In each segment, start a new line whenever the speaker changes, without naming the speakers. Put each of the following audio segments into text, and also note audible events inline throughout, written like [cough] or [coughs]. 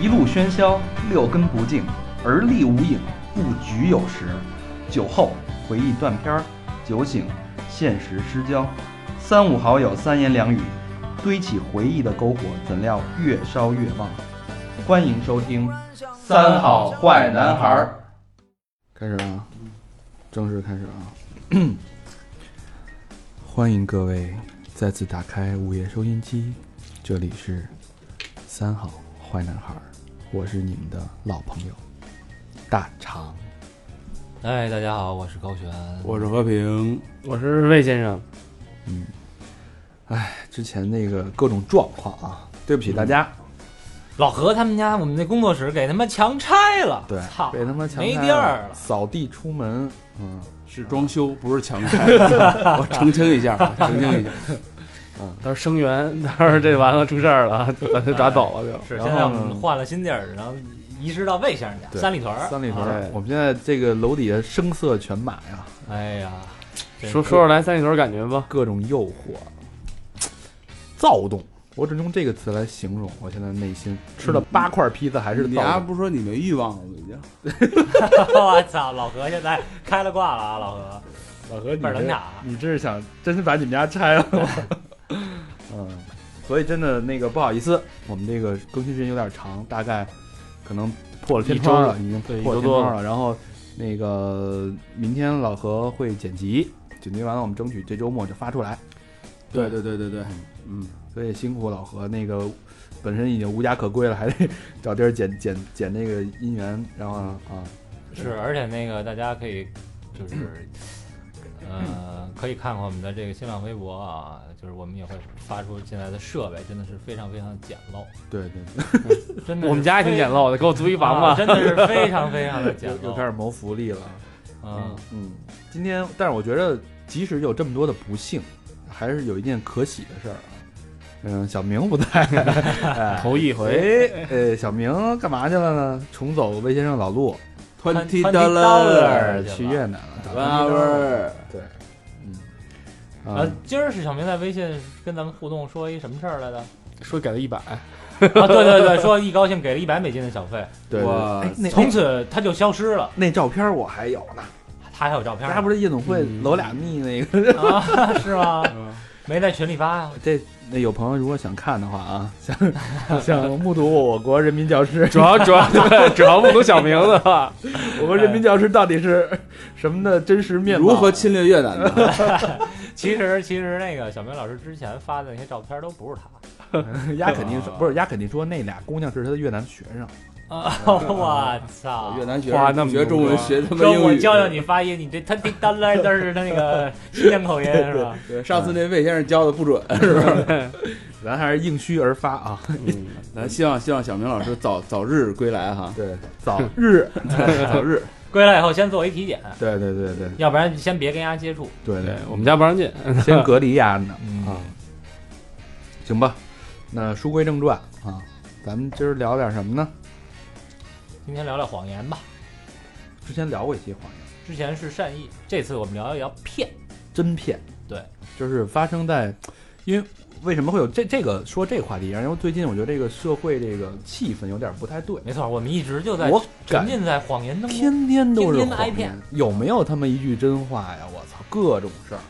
一路喧嚣，六根不净，而立无影，不局有时。酒后回忆断片儿，酒醒现实失焦。三五好友三言两语，堆起回忆的篝火，怎料越烧越旺。欢迎收听《三好坏男孩儿》。
开始啊，正式开始啊！ [clears throat] 欢迎各位再次打开午夜收音机，这里是三好坏男孩儿，我是你们的老朋友大长。
哎，大家好，我是高璇。
我是和平，
我是魏先生，
哎，之前那个各种状况啊，对不起大
嗯
家，
老何他们家我们那工作室给他妈强拆了，
对
操，，
被他妈强
没
拆
地儿了。
扫地出门，嗯，
是装修，不是强拆。我澄清一下，啊，澄清一下，
到时候声援，到时候这完了出事儿了，把他抓走了就。
是，
然
现
后
在我们换了新地儿，然后移植到魏先生家
对
三里屯儿。
三里屯
啊
儿，我们现在这个楼底下声色啊犬马呀，
哎呀， [laughs] 真
说说说来三里屯感觉吧，
各种诱惑，躁动。我只能用这个词来形容我现在内心。吃了八块披萨还是
你
躁
丫
动，
不说你没欲望了，我已经。
我操，老何现在开了挂了啊，老何，
老何，
贝尔兰卡。
你这是想真是把你们家拆了吗？ [laughs] 嗯，所以真的那个不好意思，我们这个更新时间有点长，大概可能破了天窗了，已经
对
破了
一周
天
多
窗了。然后那个明天老何会剪辑，剪辑完了我们争取这周末就发出来。
对对对对对，嗯，
所以辛苦老何，那个本身已经无家可归了， [laughs] 还得找地儿捡捡捡那个姻缘，然后啊，
嗯
啊
是，而且那个大家可以就是，呃，可以看看我们的这个新浪微博啊，就是我们也会发出现在的设备真的是非常非常简陋，
对对对，
真的
我们家也挺简
陋，
陋的，给我租一房
啊
吧。
真的是非常非常的简
又又开
陋。
始谋福利了。
嗯，
嗯，今天，但是我觉得，即使有这么多的不幸，还是有一件可喜的事儿啊。嗯，小明不在， [laughs] 哎
头一回，
喂，呃，小明干嘛去了呢？重走魏先生老路，
twenty
dollar
dollar
哎
去越南了。打
one
算去越南
hour，
对，嗯，
啊
啊，，
今儿是小明在微信跟咱们互动说一什么事儿来着？啊，
说给了一百，
对对对，说一高兴给了一百美金的小费，
对，对
哇
哎那
从
那
此他就消失了。
那照片我还有呢，
他还有照片
咱
呢？
俩不是夜总会
啊嗯
搂俩蜜那个？
啊？是吗？没在群里发啊呀？
这那有朋友如果想看的话 [laughs] 啊，想想目睹我国人民教 [laughs] 师
主要主要 [laughs] 对，主要不读小名字吧。
我们人民教师到底是什么的真实面貌？
如何侵略越南的？
其实其实那个小明老师之前发的那些照片都不是他
[laughs] 丫肯定说不是丫肯定说那俩姑娘是他的越南学生，
啊！我操！
越南学
花那么
学
多
中文学他妈
说
英
我
语，
教教你发音，你这他滴哒啦嘚儿的那个新疆口音是吧？
对。上次那魏先生教的不准，
咱还是应虚而发啊。
咱希望希望小明老师早早日归来哈，
对， [laughs] 早
[laughs]
日，
早日。
归来以后先做一体检，
对对对对
要不然先别跟人家接触。
对
对，嗯我们家不让进。
先隔离丫 [laughs] 呢
嗯
啊。行吧，那书归正传啊，咱们今儿聊点什么呢？
今天聊聊谎言吧。
之前聊过一期谎言，
之前是善意，这次我们聊一聊骗。
真骗，
对，
就是发生在，因为为什么会有这这个说这个话题？因为最近我觉得这个社会这个气氛有点不太对，
没错，我们一直就在
我
沉
感
浸在谎言当中。
天天都是
天天挨
谎
骗
言，有没有他妈一句真话呀？我操，各种事儿，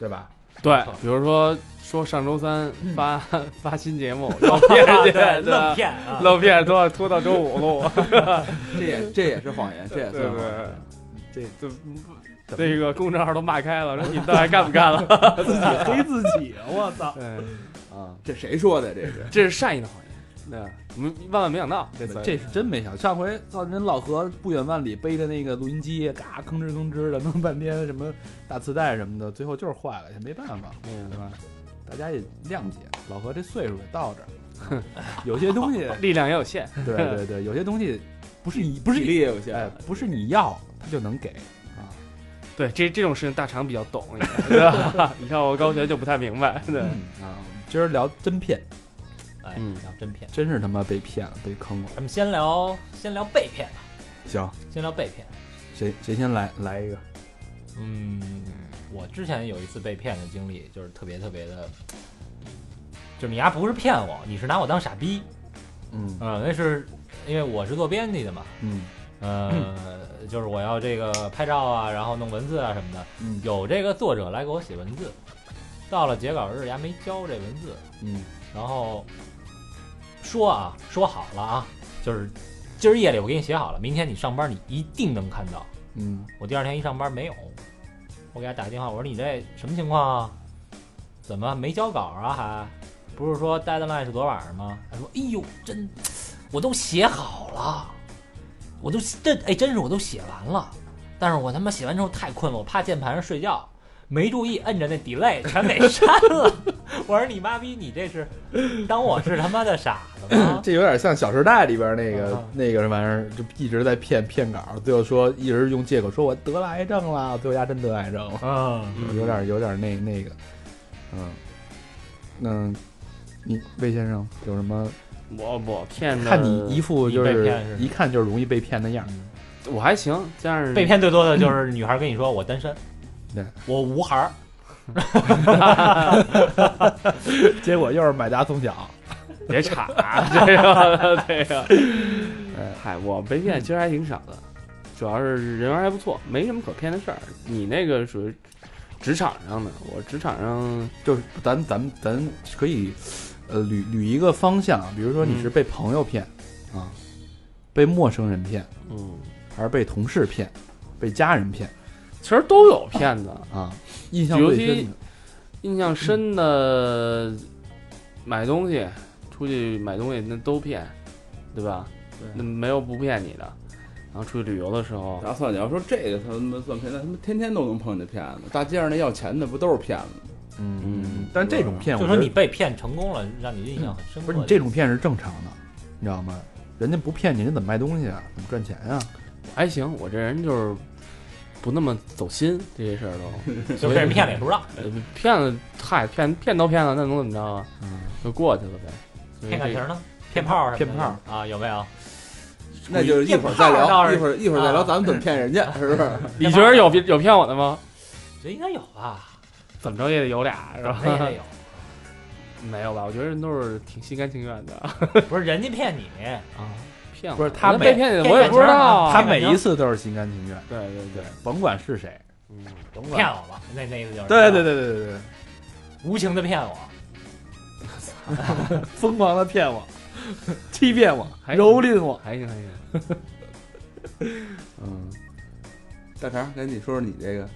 对吧？
对，比如说说上周三发发新节 [laughs] 目，漏骗
[laughs]
去，嗯对
愣，骗啊！
漏骗拖拖到周五录，
这也这也是谎言，这也
对
算
不
谎言。
对？
这
就那个公众号都骂开了，说你们到底还干不干了？
自己 [laughs] 黑自己，我操！
哎
对，
啊，
这谁说的？这是
这是善意的谎言。对，我们万万没想到，这次
这是真没想，上回操人老何不远万里背着那个录音机，嘎吭哧吭哧的弄半天，什么大磁带什么的，最后就是坏了，也没办法，
嗯
对吧？大家也谅解，老何这岁数也到这儿，
[laughs]
有些东西，
力量也有限。
对对对，有些东西不是你不
不
是
体
你
力也有限，
哎不是你要他就能给啊，
对，这这种事情大肠比较 [laughs] 懂，你知道吧你看我高学就不太明白。对，
啊，今儿聊真骗，
哎，
嗯
要真骗。
真是他妈被骗了，被坑了。
咱们先聊，先聊被骗吧，
行，
先聊被骗。
谁谁先来来一个？
嗯，我之前有一次被骗的经历，就是特别特别的，就是你丫不是骗我，你是拿我当傻逼，
嗯
呃，那是因为我是做编辑的嘛，
嗯
呃，就是我要这个拍照啊，然后弄文字啊什么的，
嗯
有这个作者来给我写文字，到了截稿日，人家没交这文字，
嗯
然后说啊，说好了啊，就是今儿夜里我给你写好了，明天你上班你一定能看到。
嗯？
我第二天一上班没有，我给他打电话，我说你这什么情况啊？怎么没交稿啊？还不是说 deadline 是昨晚上吗？他说，哎呦，真，我都写好了，我都这哎，真是我都写完了，但是我他妈写完之后太困了，我趴键盘上睡觉。没注意摁着那 delay 全给删了， [laughs] 我说你妈逼，你这是当我是他妈的傻子吗
[laughs] 这有点像《小时代》里边那个、
啊
那个什么玩意儿，就一直在骗骗稿，最后说一直用借口说我得了癌症了，最后丫真得癌症了，
嗯，
有点有点那那个，嗯，那你魏先生有什么？
我我骗的，
看你一副就
你被
是
骗是吧
一看就是容易被骗的样儿，
我还行，但是
被骗最多的就是女孩跟你说我单身，
对
我无孩儿，
结果又是买大送小，
别 [laughs] 插这个这个。嗨，我被骗其实还挺少的，主要是人缘还不错，没什么可骗的事儿。你那个属于职场上的，我职场上
就是咱咱咱可以，呃，捋捋一个方向，比如说你
嗯
是被朋友骗，啊，被陌生人骗，
嗯，
还是被同事骗，被家人骗
其实都有骗子，
啊？印象
尤
最
其
深的，
印象深的买东西，出去买东西那都骗，对吧？那没有不骗你的。然后出去旅游的时候，
打算你要说这个他们算骗子，他们天天都能碰见骗子，大街上那要钱的不都是骗子吗？
嗯
嗯，
但这种骗，
就
我
说
觉得嗯
你被骗成功了，让你印象很深刻。
不是你这种骗是正常的，你知道吗？人家不骗你，人怎么卖东西啊？怎么赚钱啊？
还行，我这人就是不那么走心这些事儿都。
[laughs] 就被人骗了也不知道，
呃骗了，嗨，骗骗都骗了，那能怎么着啊？
嗯，
就过去了呗。所以
骗感
这
情呢，骗炮什么的
骗炮
啊，有没有？
那就是一会儿再
电炮倒
聊，
是
一会儿一会儿再聊，
啊
咱们怎么骗人
[laughs]
家，是不是？
嗯
你觉得有有骗我的吗？
这应该有
[laughs]
吧？
怎么着也得有俩是吧
那？也得有，
没有吧？我觉得人都是挺心甘情愿的啊。
不是人家
[laughs]
骗你，
骗我
不是他
那
每
被骗，我也不知道啊。
他每一次都是心甘情愿，
对对对，
甭管是谁，
嗯，
甭
骗
管。
我吧？那那意思就是
对对，对对对对，
无情的骗我，
疯狂的骗我， [laughs] 欺骗我，
还
蹂躏我。
还行还行。
嗯，大肠，赶紧说说你这个，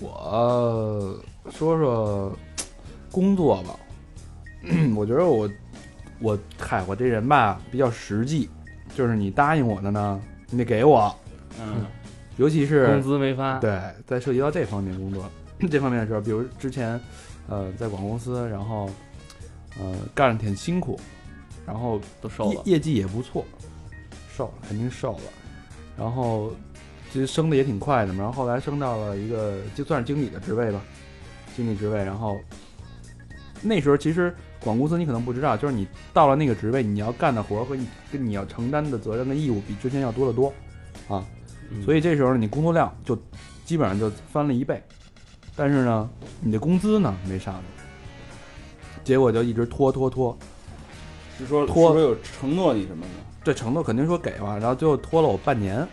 我说说工作吧， [clears throat] 我觉得我我嗨，我这人吧比较实际，就是你答应我的呢，你得给我，
嗯
尤其
工
是
资没发，
对在涉及到这方面工作 [clears throat] 这方面的时候，比如之前呃在广告公司，然后呃干的挺辛苦，然后
都瘦了。
业业绩也不错，瘦了肯定瘦了，然后其实升的也挺快的嘛，然后后来升到了一个就算是经理的职位吧，经理职位，然后那时候其实广告公司你可能不知道，就是你到了那个职位，你要干的活儿和你跟你要承担的责任跟义务比之前要多得多啊，所
以
以这时候你工作量就基本上就翻了一倍，但是呢，你的工资呢没上去，结果就一直拖拖拖，
是说是
托
说有承诺你什么吗？
这承诺肯定说给嘛，然后最后拖了我半年，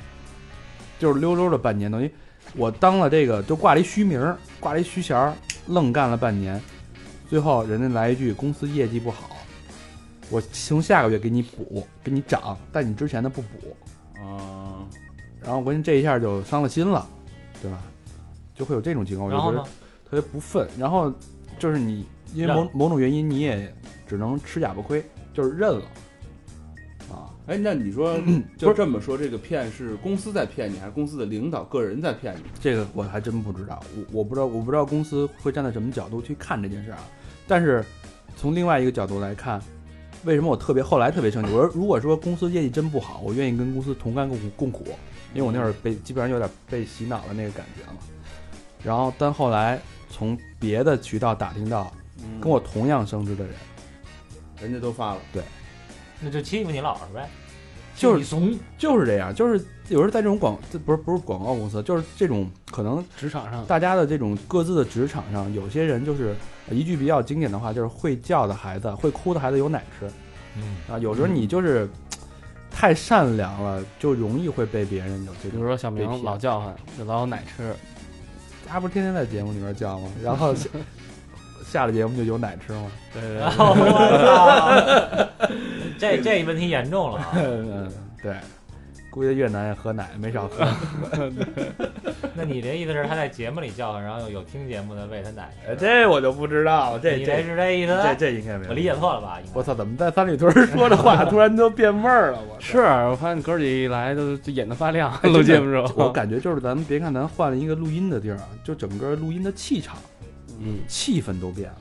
就是溜溜的半年，等于我当了这个就挂了一虚名儿，挂了一虚衔儿，愣干了半年，最后人家来一句公司业绩不好，我从下个月给你补，给你涨，但你之前的不补，
嗯
啊，
然后我跟你这一下就伤了心了，对吧？就会有这种情况，我
然
就
后
觉得
呢？
特别不忿。然后就是你因为某某种原因，你也只能吃哑巴亏，就是认了啊。
哎，那你
[clears throat]
说
不
就是这么说，这个骗是公司在骗你，还是公司的领导个人在骗你？
这个我还真不知道，我我不知道，我不知道公司会站在什么角度去看这件事啊。但是从另外一个角度来看，为什么我特别后来特别生气？我说，如果说公司业绩真不好，我愿意跟公司同甘共苦共苦，因为我那会儿被基本上有点被洗脑的那个感觉嘛。然后，但后来从别的渠道打听到，
嗯
跟我同样升职的人，
人家都发了，
那就欺负你老实呗，
就是
你怂，
就是这样，就是有时候在这种广，这不是不是广告公司，就是这种可能
职场上
大家的这种各自的职场上，有些人就是呃一句比较经典的话，就是会叫的孩子、会哭的孩子有奶吃。
嗯，
啊，有时候你就是太善良了，就容易会被别人有这
比
种
如。说小明老叫唤，就老有奶吃，
他不是天天在节目里面叫吗？ [laughs] 然后下下了节目就有奶吃吗？
[laughs]
对对
[laughs]
然后我操， [laughs] 这这问题严重了啊。
[laughs] 嗯，对，估计越南也喝奶没少喝。
那你这意思是他在节目里叫唤，然后有有听节目的喂他奶吃？
[laughs] 哎这我就不知道了，这
你这
这
是这意
这
思？
这应该没有。
我理解。错了吧？应
我
该
操，怎么在三里屯说着话，突然就变味儿了？ [laughs] 我操
是我发现哥儿几一来都就眼睛发亮，录节目时候，
我感觉哎就是咱们别看咱换了一个录音的地儿啊，就整个录音的气场、
嗯，
气氛都变了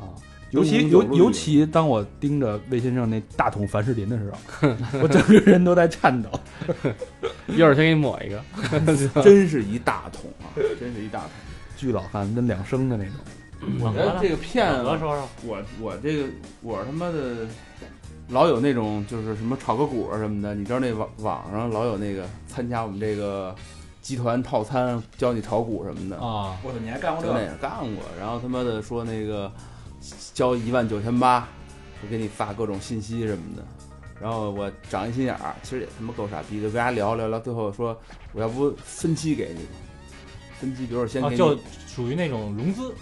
啊。
都
尤其
无
尤
所谓
尤其当我盯着魏先生那大桶凡士林的时 [laughs] 候，我整个人都在颤抖。
一会儿先给你抹一个，
真是一大桶啊，
嗯
真是一大桶。
巨老汉跟两升的那种，
我
我觉得这个骗
老何
子，
说说，
我我这个我他妈的老有那种就是什么炒个股啊什么的，你知道那网网上老有那个参加我们这个集团套餐教你炒股什么的，
啊，
我操，你还干过
就那样干过，然后他妈的说那个交一万九千八，我给你发各种信息什么的。然后我长一心眼儿，其实也他妈够傻逼的，跟大家聊聊聊，最后说我要不分期给你吧，分期，比如说先
哦
给你，
就属于那种融资，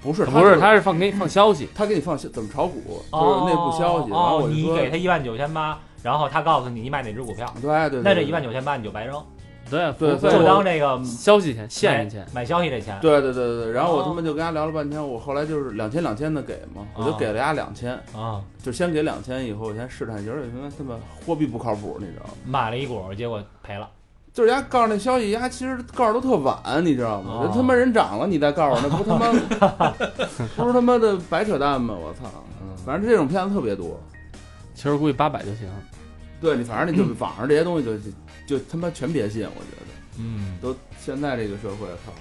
不是
不是，
就
他是放给你放消息，
他给你放消怎么炒股，就是
哦
内部消息，然后
哦，
我就
你
说，
给他一万九千八，然后他告诉你你买哪只股票，
啊对对，
那这一万，九千八你就白扔，
对
对对
就当这个
消息钱，现
买
金钱，
买消息这钱。
对对对对对，然后我
哦
他妈就跟他聊了半天，我后来就是两千两千的给嘛，我就
哦
给了他两千，
啊，
就先给两千，以后我先试探，有点他妈他妈货币不靠谱，你知道吗？
买了一股，结果赔了。
就是人家告诉那消息，人家其实告诉都特晚，你知道吗？
哦
人他妈人涨了，你再告诉我，那不他妈不是他妈的白扯淡吗？我操！反正这种骗子特别多，
其实估计八百就行，
对你，反正你就网上这些东西就就就他妈全别信，我觉得。
嗯，
都现在这个社会，操，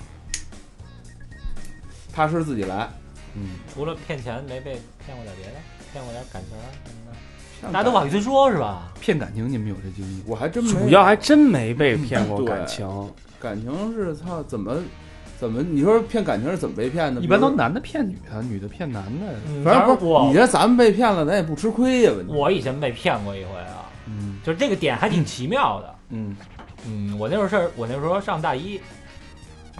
踏实自己来。
除了骗钱，没被骗过点别的，骗过点感情啊什么的，
像
大家都不好意思说，是吧？
骗感情，你们有这经历？
我还真没有
主要还真没被骗过感情，
感情是操怎么怎么？你说骗感情是怎么被骗的？
一般都
比如
男的骗女的，女的骗男的。
嗯
反正不是你
我
这咱们被骗了，咱也不吃亏呀。
我以前被骗过一回啊，
嗯
就是这个点还挺奇妙的。
嗯
嗯，我那时候是，我那时候上大一，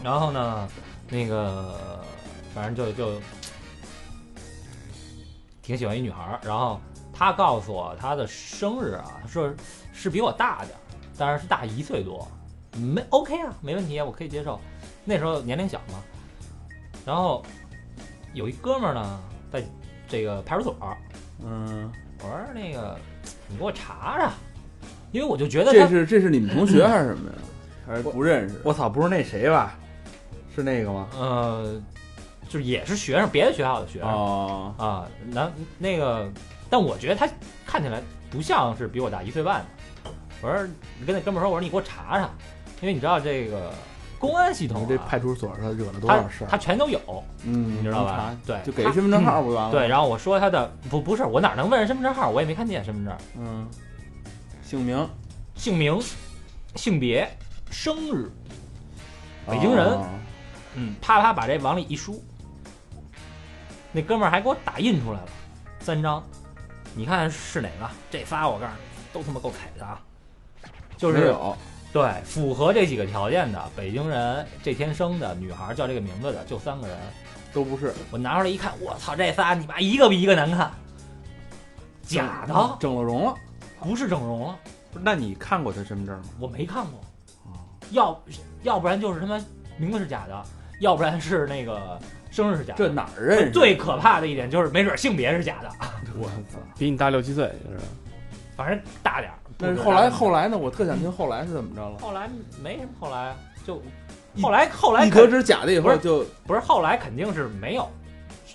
然后呢，那个反正就就挺喜欢一女孩儿，然后她告诉我她的生日啊，说是比我大点儿，但是是大一岁多，没 OK 啊，没问题啊，我可以接受。那时候年龄小嘛，然后有一哥们儿呢，在这个派出所，
嗯，
我说那个你给我查查，因为我就觉得
这
他
是这是你们同学还是什么呀？还是不认识？
我操，不是那谁吧？是那个吗？
呃，就是也是学生，别的学校的学生、
哦，
啊。那那个，但我觉得他看起来不像是比我大一岁半的。我说跟那哥们儿说，我说你给我查查，因为你知道这个公安系统、
你
啊、
这派出所上惹了多
他
少事儿？
他全都有，你
嗯，
知道吧？对，
就给
他
身份证号不完了？
对，，然后我说他的不不是我哪能问身份证号？我也没看见身份证，
嗯，哦姓名，
姓名、性别、生日，北京人
哦
嗯，啪啪把这往里一输，那哥们儿还给我打印出来了三张，你看是哪个？这仨我告诉你，都他妈够凯的啊！就
没
是
有，
对符合这几个条件的北京人，这天生的女孩叫这个名字的就三个人。
都不是
我拿出来一看，我操，这仨你妈一个比一个难看，假的，
整了容了。
不是整容了，
不是那你看过他身份证吗？
我没看过，
嗯
要要不然就是他妈名字是假的，要不然是那个生日是假的，
这哪儿认识？
最可怕的一点就是，没准性别是假的，
我操！
比你大六七岁，就是
反正大点儿。
但是后来后
来
来呢？我特想听后来是怎么着了。
后来没什么，后来就后来后来
一得
肯
知假的以
不
后
是
就
不是后来肯定是没有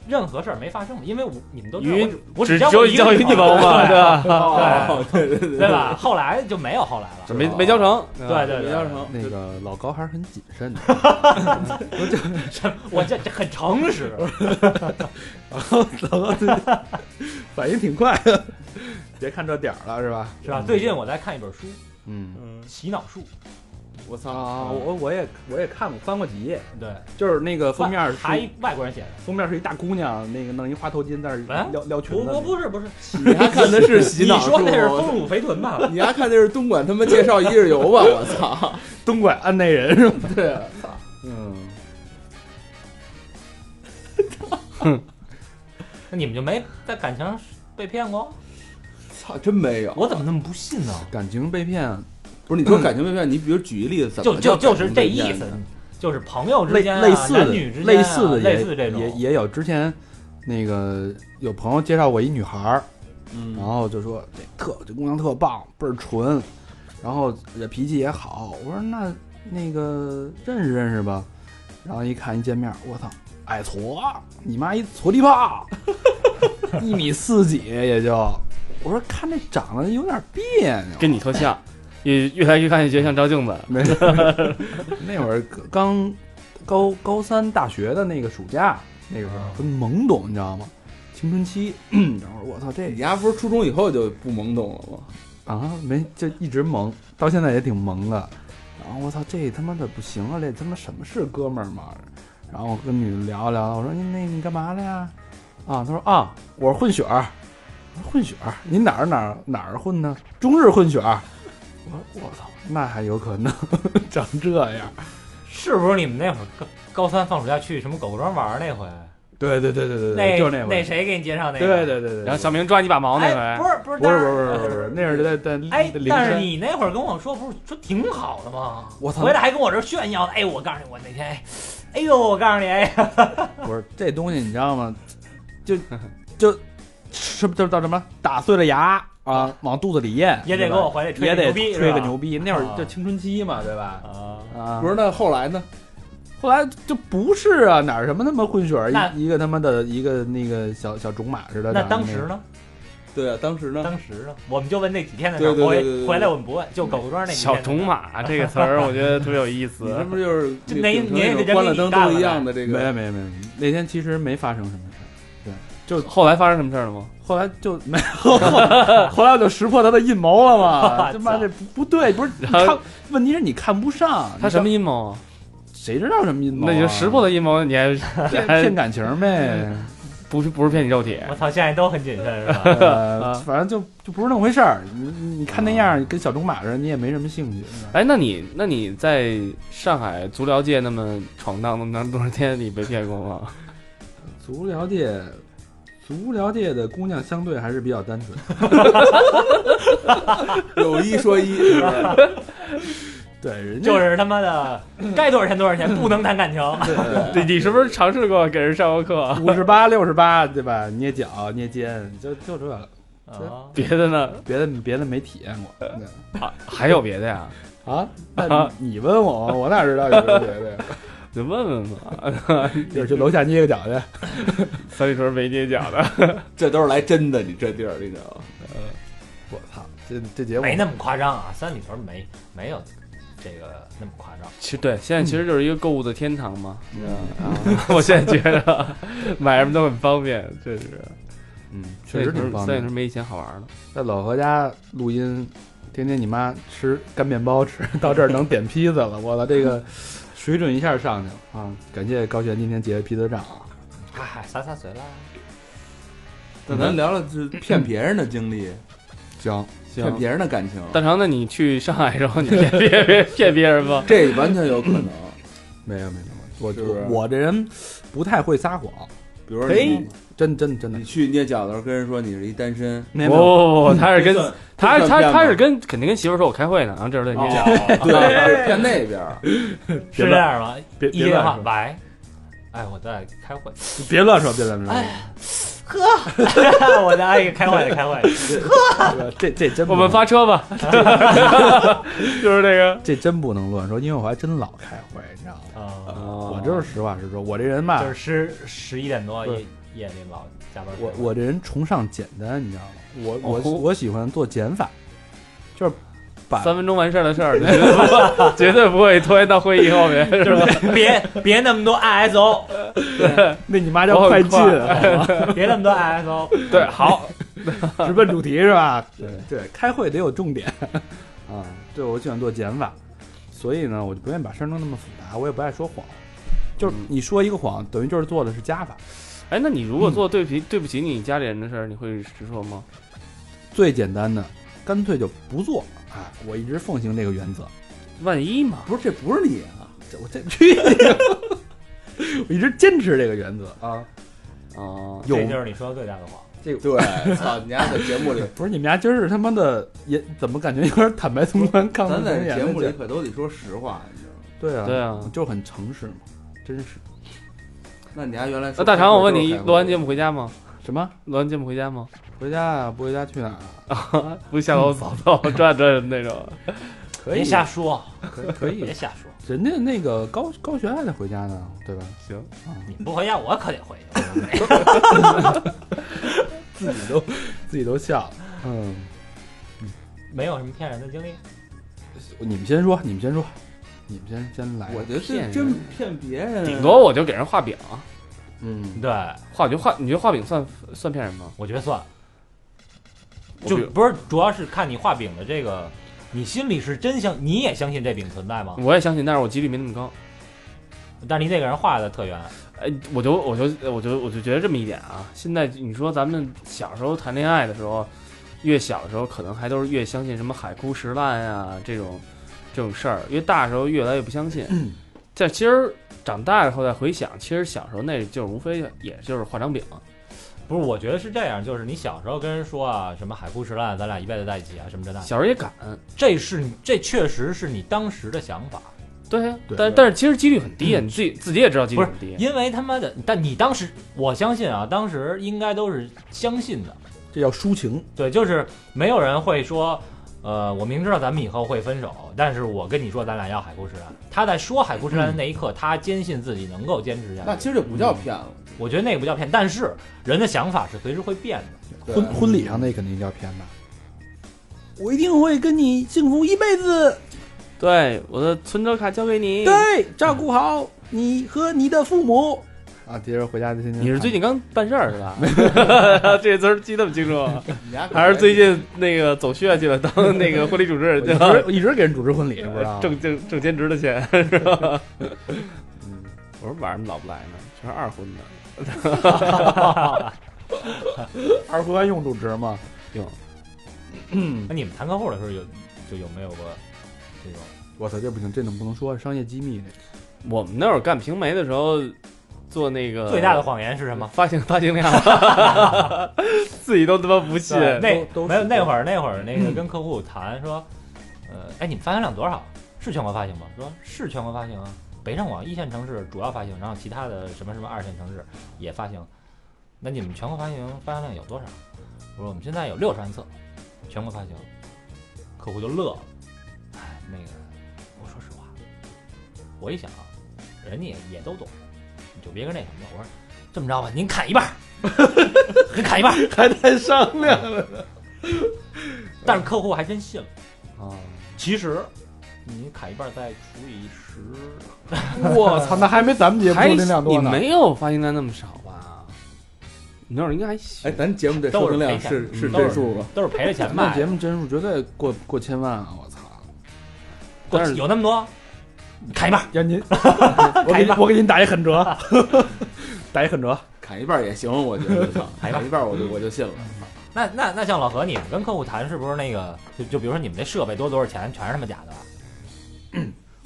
任何事儿没发生的，因为我你们都知道
鱼
我只我
只
交
交
过一
交一
女
地
朋友
方嘛，对吧？
啊
哦，对对对
对吧？后来就没有后来了。
[laughs] 没没交成，
对对
对，
对，
没教成
那个老高还是很谨慎的。
我这这很诚实，
[laughs] 反应挺快的，别看这点儿了是吧？
是吧？最近我在看一本书
嗯，
嗯
《洗脑术》，
我操
啊，我我也我也看过，翻过几页，
对，
就是那个封面
还
是
一外国人写的。
封面是一大姑娘，那个弄一花头巾在那
哎
儿撩撩裙
我
子。
我不是不是，
[laughs] 你还看的是洗
你
脑
说那是
吗
丰乳肥臀吧？ [laughs]
你还看的是东莞他妈介绍一日游吧？我操！
[laughs] 东莞安内人是吗？
对啊，
嗯，
那你们就没在感情上被骗过？
操，真没有。
我怎么那么不信呢？
感情被骗，
不是你说感情被骗，你比如举一例子，怎
就
么
就
叫
就是这
感情
意
被骗
思
呢，
就是朋友之
类
间啊、
类似的
男女之间啊、
类似的
类
也
似这种
也也有。之前那个有朋友介绍我一女孩儿，然
嗯，
后就说这特这姑娘特棒，倍儿纯，然后也脾气也好。我说那那个认识认识吧，然后一看一见面，我操，矮矬，你妈一矬地炮，一米四几也就。我说看这长得有点别扭，
跟你特像，也越来越看越觉得像照镜子。
没 [laughs] 那会儿刚高高三大学的那个暑假，那个时候很懵懂，你知道吗？青春期， [clears throat] 然后我操这
你丫不是初中以后就不懵懂了吗？
啊，没就一直萌，到现在也挺萌的。然后我操，这他妈的不行啊，这他妈什么是哥们儿嘛？然后我跟女的聊聊，我说你那你干嘛的呀？啊，她说啊，我是混血儿。我说混血儿，你哪儿哪儿哪儿混呢？中日混血儿。我说我操，那还有可能 [laughs] 长这样？
是不是你们那会儿高高三放暑假去什么狗狗庄玩儿那回？
对对对对对
那
对，就是那回。
那谁给你介绍那个？
对对对对对。
然后小明抓你把毛那回，
哎，不是不是，
不是不
但
是不是不是，那是在在
哎，
灵
但是
山
你那会儿跟我说不是说挺好的吗？
我操
回来还跟我这儿炫耀呢。哎，我告诉你，我那天，哎哎呦，我告诉你，哎，
不是这东西，你知道吗？就就吃就叫什么打碎了牙啊，往肚子里咽，
也得
对
给
吧
我回来吹
也得
逼，
吹个牛
逼
逼。那会
啊
儿就青春期嘛，对吧？
啊！
啊
不，是，那后来呢？
后来就不是啊，哪儿什么他妈混血儿，
那
一一个他妈的一个那个小小种马似的。
那
长得
当时呢？
对啊，当时呢？
当时呢？我们就问那几天的事儿，
对对对
回
对对对
回来我们不问，就狗狗庄那几天
小
的事儿
种马这个词儿，我觉得特别有意
你
思
是。不是 [laughs] 就是
就那
顶成
你也得
种
人给
关了
你
灯
干
都
了
一样
呗
的这
没
个？
没没没，那天其实没发生什么事儿，
后来发生什么事儿了吗？
后来就没
[laughs]
有，后来我就识破他的阴谋了嘛。
操
他妈这不不对，不是你
然后
看，问题是你看不上
他
你
什么阴谋啊？
谁知道什么阴谋、啊？
那你就识破的阴谋，你还
[laughs] 骗
还
骗感情 [laughs] 呗，
不是不是骗你肉体？
我操，现在都很谨慎是吧？
呃，反正就就不是那么回事儿。你你看那样，跟小种马似的，你也没什么兴趣。
哎，那你那你在上海足疗界那么闯荡那么长多少天，你被骗过吗？
足疗界，足疗界的姑娘相对还是比较单纯。
[laughs] 有一说一，是不是
[laughs] 对，人家
就是他妈的，该多少钱多少钱，不能谈感情。
你你是不是尝试过给人上过课？啊
五十八、六十八，对吧？捏脚、捏肩，就就这了，
啊
别的呢？
别的别的没体验过。对
啊还有别的呀？
呃啊， [laughs] 那你你问我，我哪知道有这别的呀？
你问问吧。
[laughs] 就是去楼下捏个脚去。
三里屯没街角的，
[laughs] 这都是来真的，你这地儿你知道吗？
我操，这这节目
没那么夸张啊，三里屯没没有这个那么夸张。
[laughs] 其实对，现在其实就是一个购物的天堂嘛。
啊，
[laughs] 我现在觉得买什么都很方便，确实。
嗯，确实挺方
三里
便的
屯。没以前好玩了。
在老何家录音，天天你妈吃干面包吃， [laughs] 到这儿能点披萨了，我操，这个水准一下上去了啊！感谢高璇今天结的披萨账啊！
嗨，洒洒水啦。
那咱聊聊就是骗别人的经历，
行，
骗别人的感情，
大长，那你去上海之后，你 [laughs] 骗别人骗别人吗？
这完全有可能。
没有没有，没有我
是不是
我这人不太会撒谎，
比如说你
真真真的
你。去捏脚的时候跟人说你是一单身，
那
不
种
不不，哦他是跟
这算
他
这
他
算骗吗
他是跟肯定跟媳妇儿说我开会呢，然啊后这时候在
哦
捏脚。
对，骗那边儿。
是这样吗？
别
一
别
句话，
乱说，
喂，哎，我在开会。
别乱说，别乱说，
呵，我在哎开会，开会。
对吧这这真不
我们发车吧， [laughs] 就是这个。
这真不能乱说，因为我还真老开会，你知道吗？
啊，
我
我就是实话实说，我这人吧，
就是十十一点多
不是
夜夜里老加班开会。
我我这人崇尚简单，你知道吗？我我、
哦
我喜欢做减法，就是把
三分钟完事儿的事儿，绝对不绝对不会拖延到会议后面，是吧？
别别那么多 ISO，
那你妈
我
叫
很
快进，
快
好吗
别那么多 ISO。
对，好，
[laughs] 直奔主题是吧？
对
[laughs] 对，开会得有重点啊。对，我喜欢做减法，所以呢，我就不愿意把事儿弄那么复杂，我也不爱说谎。就是你说一个谎，等于就是做的是加法。
哎，那你如果做对不起、对不起你家里人的事儿，你会直说吗？
最简单的，干脆就不做。哎，我一直奉行这个原则。
万一嘛，
不是，这不是你啊，
这我这去你的， [laughs] 我一直坚持这个原则啊。
啊，
有
这就是你说的最大的谎。
对，操，你家在节目里，
不是你们家今儿是他妈的也怎么感觉有点坦白从宽，抗
咱
拒从
在
严
节
的
目里
劲儿
可都得说实话，你知道吗？
对啊
对啊。
就是很诚实嘛，真是
那你家原来
那大肠，我问你，录
罗
完节
目，
目回家吗？
什么
录完节目回家吗？嗯
回家啊，不回家去哪儿啊？
不下楼走走转转那种。
可
别瞎说，
可以可
别
以，
瞎说，
人家那个高高璇还得回家呢，对吧？ [laughs]
行，
你不回家我可得回去。
自己都自己都笑了。
嗯，
[laughs] 没有什么骗人的经历，
你们先说，你们先说，你们先先来。
我觉得
骗人
这真骗别人，
顶多我就给人画饼，啊
嗯，
对
画就画，你觉得画饼算算骗人吗？
我觉得算，
我
就
比如
不是主要是看你画饼的这个，你心里是真相，你也相信这饼存在吗？
我也相信，但是我几率没那么高。
但是你得给人画的特圆，
哎，我就我就我就我就觉得这么一点啊，现在你说咱们小时候谈恋爱的时候，越小的时候可能还都是越相信什么海枯石烂呀、这种这种事儿，越大的时候越来越不相信。
嗯
但其实长大以后再回想，其实小时候那就是无非也就是画张饼，
不是？我觉得是这样，就是你小时候跟人说啊，什么海枯石烂，咱俩一辈子在一起啊，什么这那，
小时候也敢。
这是你这确实是你当时的想法，
对啊，
对嗯
但但是其实几率很低啊，你自己自己也知道几率很低。啊
因为他妈的，但你当时我相信啊，当时应该都是相信的，
这叫抒情，
对，就是没有人会说，呃，我明知道咱们以后会分手，但是我跟你说，咱俩要海枯石烂。他在说海枯石烂的那一刻，他坚信自己能够坚持
嗯那
下去。
其实就不叫骗了，
我觉得那个不叫骗，但是人的想法是随时会变的。
对
婚婚礼上那肯定叫骗吧。我一定会跟你幸福一辈子，
对，我的存折卡交给你。
对，照顾好你和你的父母。啊，接着回家就先。
你是最近刚办事儿是吧？ [laughs] 这词儿记那么清楚啊。
你家可
[laughs] 还是最近那个走穴去了，当那个婚礼主持人
我
去
一直
了，
我一直给人主持婚礼，不知道吗
挣挣挣兼职的钱是吧？嗯， [laughs] 我说晚上老不来呢，全是二婚的。
二婚完用主持吗？
哟，
嗯
那你们谈客户的时候有就有没有过这种？
我操，这不行，这能不能说商业机密？
我们那会儿干平媒的时候，做那
呃
个
最大的谎言是什么？
发行发行量， [laughs] 自己都他妈不信。
对
都
那
都
没
是嗯
有那会儿那会儿那个跟客户谈说，呃，哎，你们发行量多少？是全国发行吗？说是全国发行啊，北上广一线城市主要发行，然后其他的什么什么二线城市也发行。那你们全国发行发行量有多少？我说我们现在有六十万册，全国发行。客户就乐了，哎，那个我说实话，我一想，啊人家也也都懂，你就别跟那什么了。我说这么着吧，您砍一半儿， [laughs] 您砍一半儿。
[laughs]
还在商量呢。
但是客户还真信了。
啊，
哦
其实你砍一半再除以十，
我操，那还没咱们节目
呃还
收听量
你
多呢。
没有发行量那么少吧？你那会儿应该还行
哎，。咱节目这收听量是是
都是
真数吗？
都是赔了钱
那
卖
节。目真数绝对过过千万啊！我操，
过
但是
有那么多，你砍一半。
嗯让您， [laughs] 我给您我给您打一狠折， [laughs] 打一狠折。
砍一半也行，我觉得，操
砍一半
砍一半我就我就信了。
那那那像老何，你们跟客户谈是不是那个就就比如说你们这设备多多少钱，全是他妈假的吧，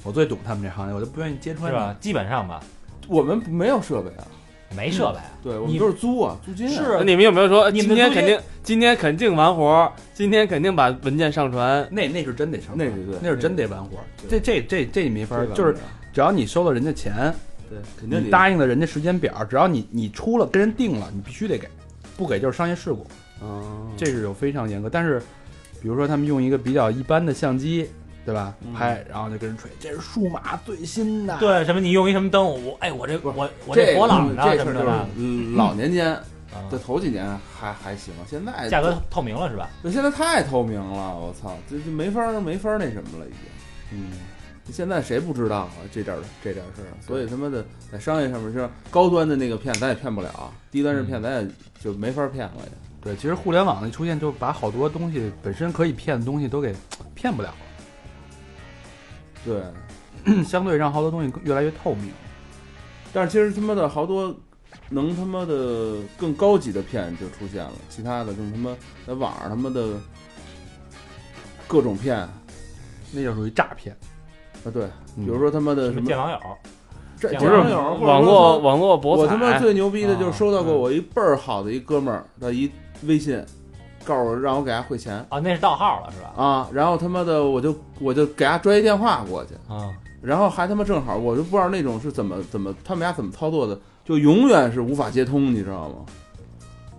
我最懂他们这行业，我就不愿意揭穿
是吧？？基本上吧，
我们没有设备啊，
没设备啊。
嗯
对我
你
们都是租啊，租金啊。
那
哎是
你们有没有说
你
今
们
天
中
肯
间
定今天肯定完活儿，今天肯定把文件上传？
那那是真得成，
那是对
那是真得完活。这
对
这这这你没法
这
儿，
个
就是只要你收了人家钱，
对，肯定
你
得
答应了人家时间表，只要你你出了跟人定了，你必须得给，不给就是商业事故。
啊
嗯，
这是有非常严格。但是，比如说他们用一个比较一般的相机，对吧？
嗯
拍，然后就跟人吹，这是数码最新的。，
对什么？你用一什么灯？我哎，我这
不是
我我
这嗯
火朗
这
啊
事
什
儿
么
就
的吧，
是嗯老年间
啊嗯
的头几年还还行，现在
价格透明了是吧？
对现在太透明了，我操，这就没法儿没法儿那什么了，已经。
嗯，
现在谁不知道啊？这点儿这点儿事儿，所以他妈的在商业上面，就是高端的那个骗咱也骗不了，低端是
嗯
骗咱也就没法儿骗了也。
对，其实互联网的出现，就把好多东西本身可以骗的东西都给骗不了了。
对，
相对让好多东西越来越透明。
但是其实他妈的好多能他妈的更高级的片就出现了，其他的更他妈在网上他妈的各种骗啊，
那就属于诈骗。
对，
嗯
比如说他妈的
什
什
么
么
见网友，
这
见
不是
这网友或者说
网络网络博
我他妈
彩，
最牛逼的就是收到过
啊
我一倍儿好的一哥们儿的一微信，告诉我让我给他汇钱
啊，那是盗号了是吧？
啊，然后他妈的我就我就给他拽一电话过去，
嗯
啊，
然后还他妈正好我就不知道那种是怎么怎么他们俩怎么操作的，就永远是无法接通，你知道吗？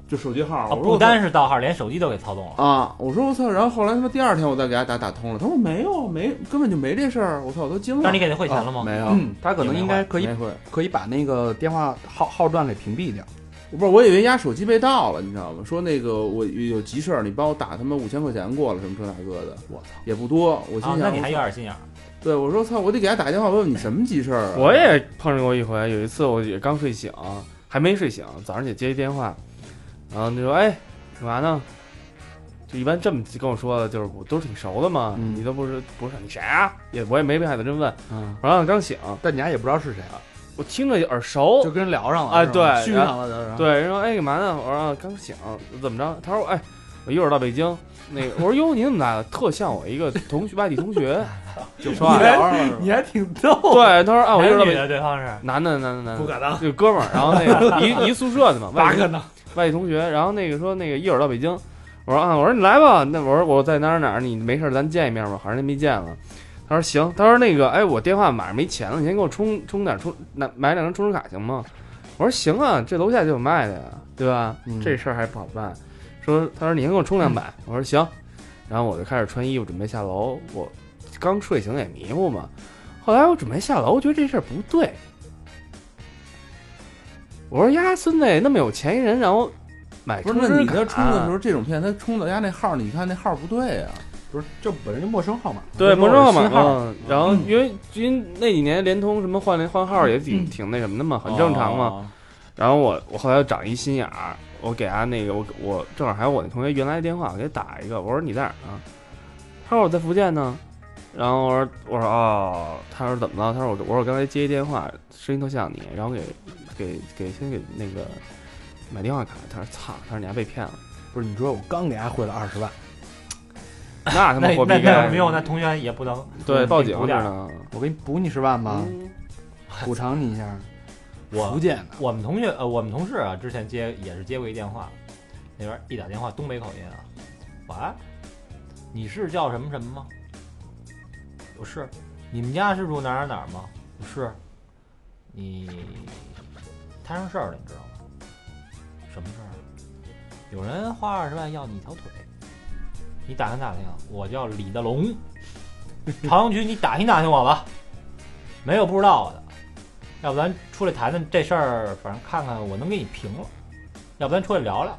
就手机号，
啊
我说
不
我操
单是盗号，连手机都给操纵了。
啊，我说我操，然后后来他妈第二天我再给他打打通了，他说没有没根本就没这事儿，我操我都惊了，啊
但是你给他汇钱了吗？
没有，
嗯，他可能应该可以
没会。
可以把那个电话号号段给屏蔽掉。
我不是，我以为压手机被盗了，你知道吗？说那个我有急事儿，你帮我打他妈五千块钱过来，什么这哦那个的，
我操！
也不多。我心
啊
想，，
那你还有点心眼儿。
对我说操，我得给他打电话问问你什么急事儿、啊。
我也碰上过一回，有一次我也刚睡醒，还没睡醒，早上起来接一电话，然后就说哎干嘛呢？就一般这么跟我说的，就是我都是挺熟的嘛，
嗯
你都不是不是你谁啊？也我也没被害的真问，
嗯，
我啊让刚醒，
但你还也不知道是谁啊，
我听着耳熟
就，跟人聊上了，
哎
是吧
对
续上了就是，哦啊然后
对，人说哎干嘛呢？我说刚醒，怎么着？他说哎，我一会儿到北京。那个我说哟，你怎么来了？特像我一个同学，外地同学，就说
你
话。
还
对，
你还挺逗，
他说啊，我一会儿
男
到北
女
京，
的对方是
男的，男的，男的，
敢当，
就哥们儿，然后那个一一宿舍的嘛，外
八
地
个呢，
外地同学，然后那个说那个一会儿到北京，我说啊，我说你来吧，那我说我在哪儿哪儿，你没事儿咱见一面吧，好长时间没见了。他说行，他说那个哎，我电话马上没钱了，你先给我充充点充那买两张充值卡行吗？我说行啊，这楼下就有卖的呀，对吧？
嗯
这事儿还不好办。说他说你先给我充两百，
[laughs]
我说行，然后我就开始穿衣服准备下楼，我刚睡醒也迷糊嘛，后来我准备下楼，我觉得这事儿不对。我说呀，孙子那么有钱一人，然后买
不
充
是，那
值卡，
你他充的时候，这种骗他充到家那号，你看那号不对啊。
不是，就本身就陌生号码，
对，
陌
陌
生
生号
码
码，
嘛，
嗯，然后因为因为那几年联通什么换联换号也
嗯
挺挺那什么的嘛，
哦
很正常嘛。
嘛。
然后我我后来又长一心眼儿，我给他那个我我正好还有我那同学原来的电话，我给他打一个，我说你在哪儿呢？他说我在福建呢。然后我说我说哦，他说怎么了？他说我我说我刚才接一电话，声音特像你，然后给给给先给那个买电话卡。他说操，他说你还被骗了，
不是，你说我刚给他汇了二十万，
那他妈
那
活
那
逼
那
该
没有，那同学也不能
对报警
补点
着
儿 [laughs]
呢。
我给你补你十万吧，
嗯
补偿你一下。
我
福建的，
我们同学呃，我们同事啊，之前接也是接过一电话，那边一打电话，东北口音啊，喂，你是叫什么什么吗？我是，你们家是住哪儿哪儿哪儿吗？我是，你摊上事儿了，你知道吗？什么事儿啊？有人花二十万要你一条腿，你打听打听，啊我叫李大龙，朝阳区，你打听打听我吧，没有不知道我的。要不咱出来谈谈这事儿，反正看看我能给你平了，要不咱出来聊聊，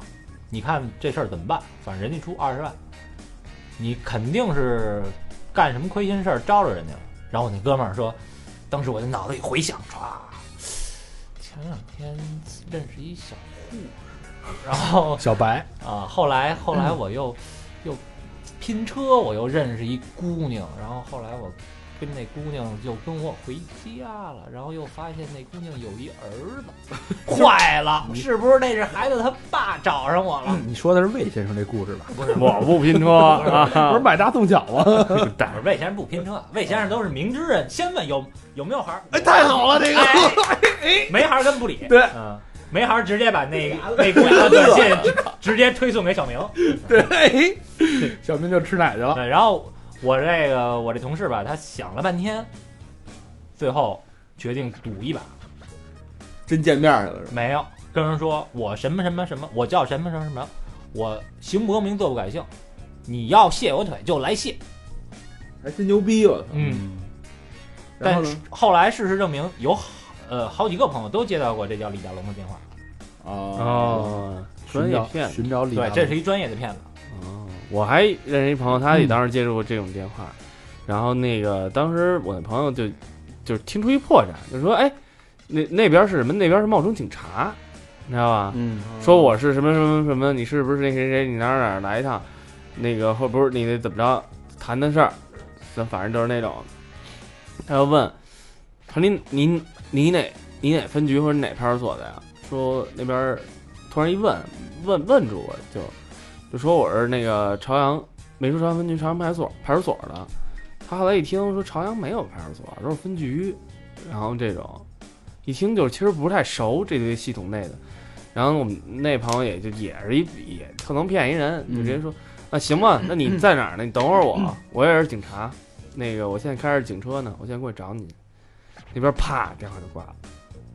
你看这事儿怎么办？反正人家出二十万，你肯定是干什么亏心事儿招惹人家了。然后我那哥们儿说，当时我的脑子里回想，唰，前两天认识一小护士，然后
小白，
啊，后来后来我又、又拼车，我又认识一姑娘，然后后来我跟那姑娘就跟我回家了，然后又发现那姑娘有一儿子， [laughs] 坏了，是不是那是孩子他爸找上我了？
你说的是魏先生这故事吧？
不是，
我不拼车啊 [laughs]
不是买大送小吗？
不是魏先生不拼车，魏先生都是明知人，先问有有没有孩儿，
[laughs] 哎，太好了，这
哎
个
没孩儿跟不理，
对
嗯。没孩儿直接把那 [laughs] 个那姑娘的短信直直接推送给小明，
对， [laughs] 小明就吃奶去了。
对，然后我这个我这同事吧，他想了半天，最后决定赌一把，
真见面去了是吧？
没有跟人说我什么什么什么，我叫什么什么什么，我行不更名，坐不改姓，你要卸我腿就来卸。
还真牛逼我操！
嗯，
然后
但
呢
是后来事实证明，有好呃好几个朋友都接到过这叫李大龙的电话，
哦
哦，专
寻
业
找
骗子
寻找李大
对，
龙，
这是一专业的骗子。
哦，我还认识一朋友，他也当时接触过这种电话，然后那个当时我那朋友就就是听出一破绽，就说哎，那那边是什么？那边是冒充警察，你知道吧？
嗯，
说我是什么什么什么，你是不是那谁谁？你哪儿哪儿来一趟？那个后不是你那怎么着谈谈事儿，咱反正就是那种。他就问，他说你你你哪你哪分局或者哪派出所的呀？说那边儿突然一问问问住我就就说我是那个朝阳没说朝阳分局朝阳派出所派出所的。他后来一听说朝阳没有派出所，都是分局，然后这种一听就是其实不是太熟这堆系统内的。然后我们那朋友也就也是一也特能骗一人，就直接说。啊，行吧，那你在哪儿呢？你等会儿我，我也是警察，那个我现在开着警车呢，我现在过去找你。那边啪，电话就挂了。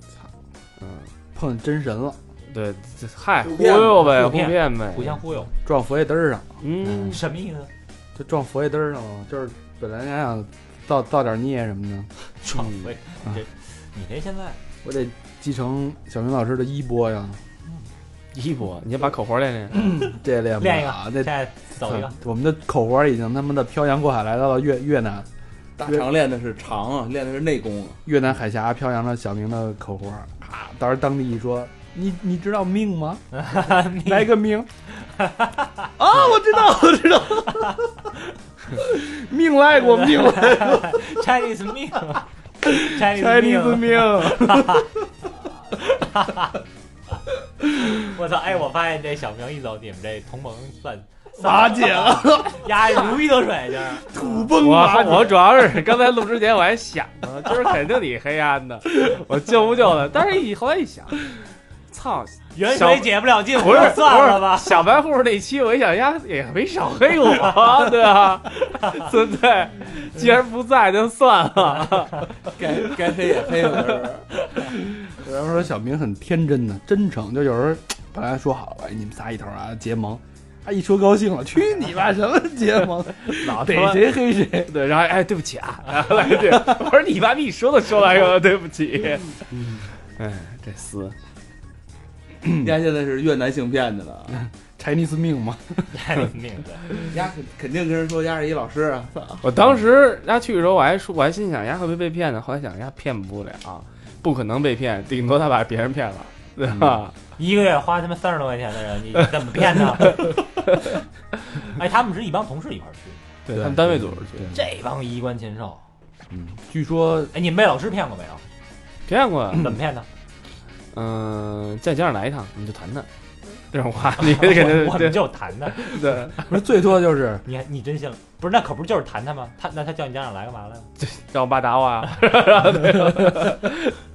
操，嗯，
碰真神了，
对，这嗨，
互
忽
骗
悠呗，
互
互
骗
骗呗，
互相忽悠，
撞佛爷嘚儿上，
嗯，
什么意 [laughs] 思？
就撞佛爷嘚儿上了，就是本来想想造造点孽什么的，
撞
嗯
飞，
啊
这你这现在
我得继承小明老师的衣钵呀，
衣服，你先把口活练练。
这练不
练一
了，
个，
这
现在走一个，
我们的口活已经他妈的漂洋过海来到了越越南，
大肠练的是肠啊，练的是内功啊。
越南海峡飘扬着小明的口活，啊，到时候当地一说，你你知道命吗？
[laughs]
来个命，啊，我知道，我知道， [laughs] 命来过命来
Chinese meal，Chinese
，Chinese
meal，
命，
[laughs] 我操！哎，我发现这小明一走，你们这同盟算
瓦解
[laughs]
了，
压如鱼得水，就是
土崩
我
瓦解。
我主要是刚才录之前我还想呢，今儿肯定你黑暗的，我救不救的？但是一后来一想，操，
远
小
水解不了近
不
火
是，
算了吧
不。 [laughs] 是小白护士那期，我一想呀，也没少黑我，对吧？ [laughs] 对不对？既然不在，就算了。
该该黑也黑了， [laughs] 是不
然后说小明很天真的，真诚，就有时候本来说好了，哎你们仨一头啊结盟，他一说高兴了，去你妈什么结
[laughs]
盟，
老
逮
他妈
谁黑谁。
对，然后哎，对不起啊， [laughs] 然后来一句，我说你把你说都说来 [laughs] 了，对不起。哎，这厮，
是？人家现在是越南性骗的了，
Chinese 命嘛，
Chinese meal，对
人家肯肯定跟人说人家是一老师啊。
我当时他去的时候，我还说，我还心想呀，会不会被骗呢？后来想呀，骗不了，不可能被骗，顶多他把别人骗了，对吧？
一个月花他妈三十多块钱的人，你怎么骗呢？ [laughs] 哎，他们是一帮同事一块儿去，
对他们单位组织去，
这帮衣冠禽兽。
据说
哎，你们被老师骗过没有？
骗过。
怎么骗的？
嗯，再加上来一趟，你就谈谈这种话，你肯定
我我们
[laughs] 对
就谈的，
对。
不是最多就是
你你真信了？不是，那可不是就是谈谈吗？他那他叫你家长来干嘛来了？
让我爸打我啊！ [laughs]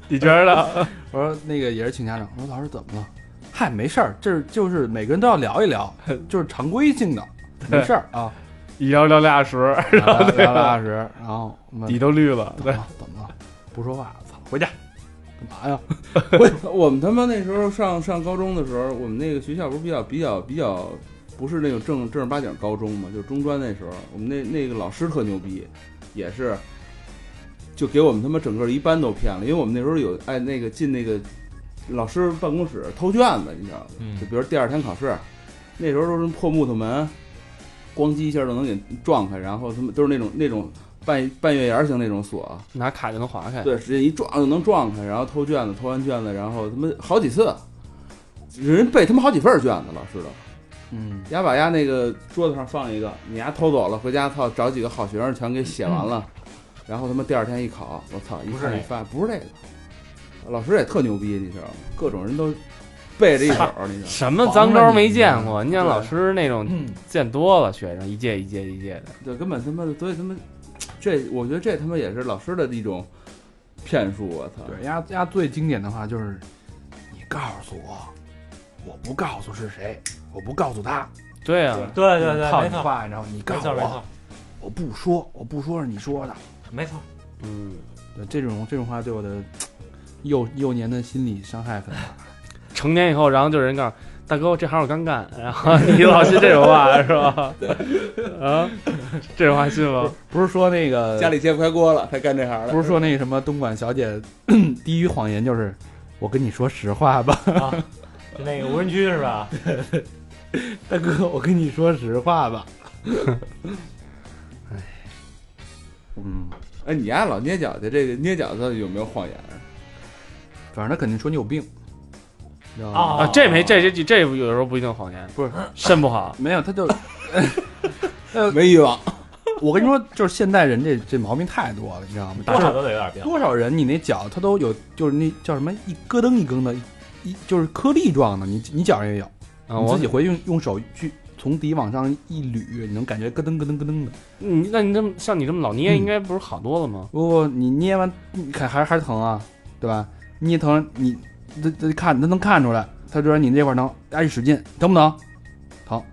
你觉得呢？
我说那个也是请家长，我说老师怎么了？嗨，没事儿，这是就是每个人都要聊一聊，就是常规性的，没事儿
[laughs]
啊。
一聊聊俩时， [laughs]
聊了聊
啊
了二十，然后我们
底都绿了。
怎么
对，
了？怎么了？不说话，操，回家干嘛呀？
[laughs] 我们他妈那时候上上高中的时候，我们那个学校不是比较比较比较，不是那种正正儿八经高中嘛，就是中专那时候，我们那那个老师特牛逼，也是，就给我们他妈整个一班都骗了，因为我们那时候有哎那个进那个老师办公室偷卷子，你知道吗？
嗯
就比如第二天考试，那时候都是破木头门，咣叽一下就能给撞开，然后他们都是那种那种半半月牙型那种锁，
拿卡就能划开。
对，直接一撞就能撞开，然后偷卷子，偷完卷子，然后他妈好几次，人背他妈好几份卷子，老师都，
[laughs]
嗯，
丫把丫那个桌子上放一个，你丫偷走了，回家操找几个好学生全给写完了，然后他妈第二天一考，我操，一
嗯不是
看
那
一
个
翻不是这个，老师也特牛逼，你知道吗？各种人都背着一手，
[laughs]
你知道吗？
什么脏招没见过？你像老师那种
嗯
见多了，学生一届一届一届的。
对，根本他妈的，所以他妈这，我觉得这他妈也是老师的一种骗术，我操！
对，丫丫最经典的话就是，你告诉我，我不告诉是谁，我不告诉他，
对啊，
对对对，
嗯套
没
你
错，
话，然啊后你告
没
诉
错，没
我
错，，
我不说，我不说是你说的。
没错。
嗯，
对，这种这种话对我的幼幼年的心理伤害很大。
成年以后，然后就有人告诉大哥，这行我刚干，然后你老是这种 [laughs] 话是吧？啊，这种话信吗？
不是说那个
家里揭不开锅了，才干这行的。
不是说那个什么东莞小姐第一谎言就是我跟你说实话吧，
啊，就那个无人区是吧？
嗯大哥，我跟你说实话吧。嗯，
哎，你丫老捏脚去，这个捏脚到底有没有谎言？
反正他肯定说你有病，知道吗？
哦
啊，这没这这这有时候不一定谎言，
不是
肾不好。
没有，他就
没欲望，
呃我跟你说，就是现代人这这毛病太多了，你知道吗？
多少都得有点变化。
多少人你那脚它都有，就是那叫什么一咯噔一咯噔的，一一就是颗粒状的，你你脚上也有，
啊，
你
我
自己回去用用手去从底往上一捋，你能感觉咯噔咯噔咯噔的。
你那你这么像你这么老捏，
嗯
应该不是好多了吗？
不不，你捏完你看还还疼啊，对吧？捏疼你这这看他能看出来，他觉得你这块疼，哎一使劲疼不疼？疼，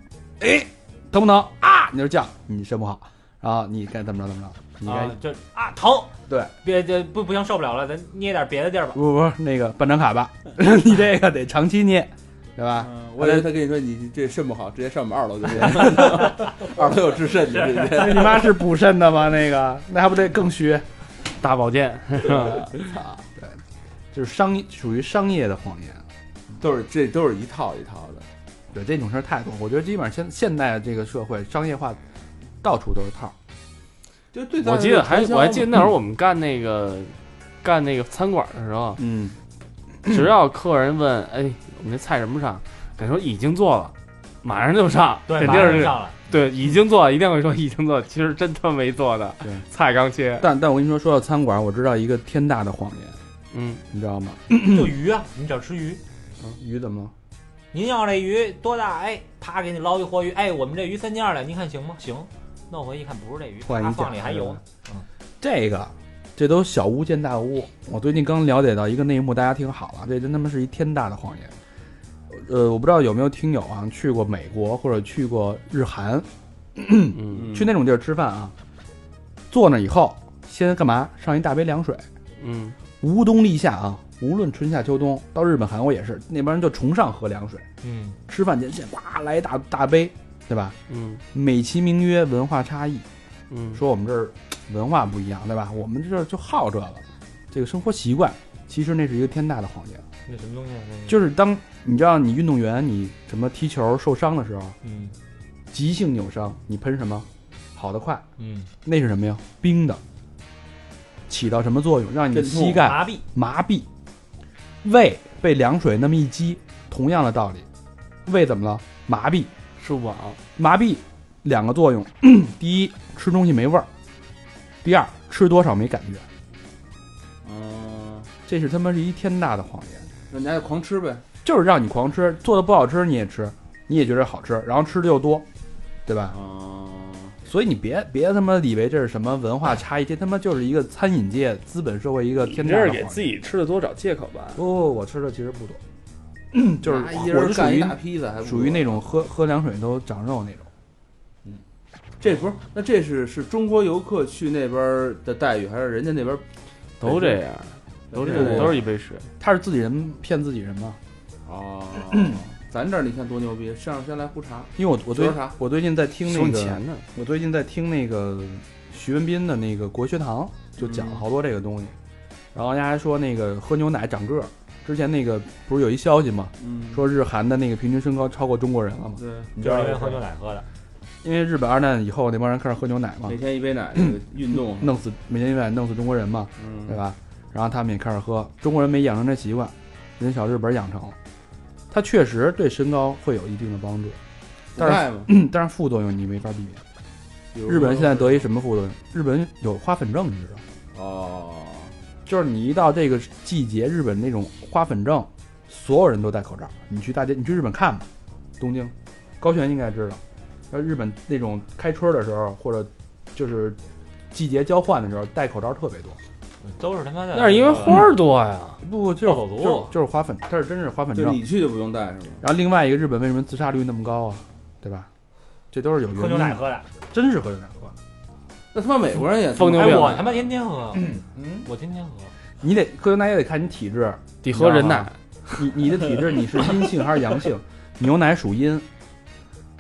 哎疼不疼啊？你就这样，你身不好，然后你该怎么着怎么着，你该、
啊，这啊疼，
对，
别这不不行受不了了，咱捏点别的地儿吧。
不不不那个办张卡吧， [laughs] 你这个得长期捏，对
[laughs]
吧？
嗯，
我以为他跟你说你你这肾不好，直接上我们二楼就 [laughs] 行。二楼有治肾的，直接
那你妈是补肾的吗？那个那还不得更虚？
大保健，
操，对，就是商业属于商业的谎言。
都是这都是一套一套的。
对这种事儿太多，我觉得基本上现现代这个社会商业化，到处都是套儿。
就最早
我记得还
就是
我还记得那会儿我们干那个干那个餐馆的时 [clears throat] 候，
嗯，
只要客人问，哎，我们这菜什么上？敢说已经做了，马上就上，
对，
肯
马
定
上
是
[clears throat]
上来。
对，已经做了，一定会说已经做了，其实真他妈没做的
对，
菜刚切，
但但我跟你说，说到餐馆儿，我知道一个天大的谎言，
嗯，
你知道吗？
就鱼啊，你只要吃鱼。
啊鱼怎么了？
您要这鱼多大？哎，啪给你捞一活鱼。哎，我们这鱼三斤二两，您看行吗？行。弄回一看不是这鱼，
换一
啪放
假
里还
的
有呢。
这个，这都小巫见大巫。我最近刚了解到一个内幕，大家听好啊了，这真他妈是一天大的谎言。呃，我不知道有没有听友啊去过美国或者去过日韩，
嗯
嗯
去那种地儿吃饭啊，坐那以后先干嘛？上一大杯凉水，
嗯
无冬立夏啊，无论春夏秋冬，到日本韩国也是，那帮人就崇尚喝凉水，
嗯，
吃饭前先呱来一大大杯，对吧？
嗯
美其名曰文化差异，
嗯，
说我们这儿文化不一样，对吧？我们这儿就好这个，这个生活习惯，其实那是一个天大的谎言。
那什么东西啊？那个
就是当你知道你运动员你什么踢球受伤的时候，
嗯
急性扭伤，你喷什么？好的快，
嗯，
那是什么呀？冰的，起到什么作用？让你
镇痛
膝盖
麻痹。
麻痹，胃被凉水那么一激，同样的道理，胃怎么了？麻痹，
吃不饱，
麻痹两个作用， [clears throat] 第一吃东西没味儿，第二吃多少没感觉，
哦
嗯，
这是他妈是一天大的谎言，
那你还得狂吃呗。
就是让你狂吃，做的不好吃你也吃，你也觉得好吃，然后吃的又多，对吧？
哦
嗯，
所以你别别他妈以为这是什么文化差异，这他妈就是一个餐饮界资本社会一个
你
天大
这
的
是
谎
给
言。
自己吃的多找借口吧？
不不不，我吃的其实不多，嗯就是
拿一
我
人
是属
干一
于
大披萨，还不
属于
错
那种喝喝凉水都长肉那种。
这不是？那这是是中国游客去那边儿的待遇，还是人家那边儿
都这样，都这
本身
样，
就
都是一杯水。
他是自己人骗自己人嘛？
哦， [clears throat] 咱这儿你看多牛逼，上山来壶茶，
因为我我最
说啥
我最近在听
收
那
你钱
个，
呢，
我最近在听那个徐文斌的那个国学堂，就讲了
嗯
好多这个东西。然后人家还说那个喝牛奶长个儿，之前那个不是有一消息嘛，
嗯，
说日韩的那个平均身高超过中国人了嘛？
对，
你知
就是
道
因为
这事
喝牛
儿嗯
奶喝的，
因为日本二战以后那帮人开始喝牛奶嘛
每，天一杯奶，这个运动，
弄死每天一百弄死中国人嘛，
嗯，
对？吧？然后他们也开始喝，中国人没养成这习惯，人小日本养成了，它确实对身高会有一定的帮助，
不赖嘛，
嗯，但是副作用你没法避免。
比如说
日本人现在得一什么副作用？日本有花粉症，你知道？
哦，
就是你一到这个季节，日本那种花粉症，所有人都戴口罩。你去大街，你去日本看吧，东京，高璇应该知道。然后日本那种开春的时候，或者就是季节交换的时候，戴口罩特别多。
嗯都是他妈的。
那是因为花儿多呀。
不不，就是
暴走族
就是就是花粉，它是真是花粉症
就。你去就不用带是吗？
然后另外一个日本为什么自杀率那么高啊？对吧？这都是有原因
嗯喝
的。
牛奶喝的。
真是喝牛奶喝的。
那他妈美国人也
嗯
疯牛
哎，
逼
我他妈天天喝，哎
嗯，
我天天喝。
你得喝牛奶也得看你体质，啊
得喝人奶，
你你的体质你是阴性还是阳性？牛奶属阴， [laughs]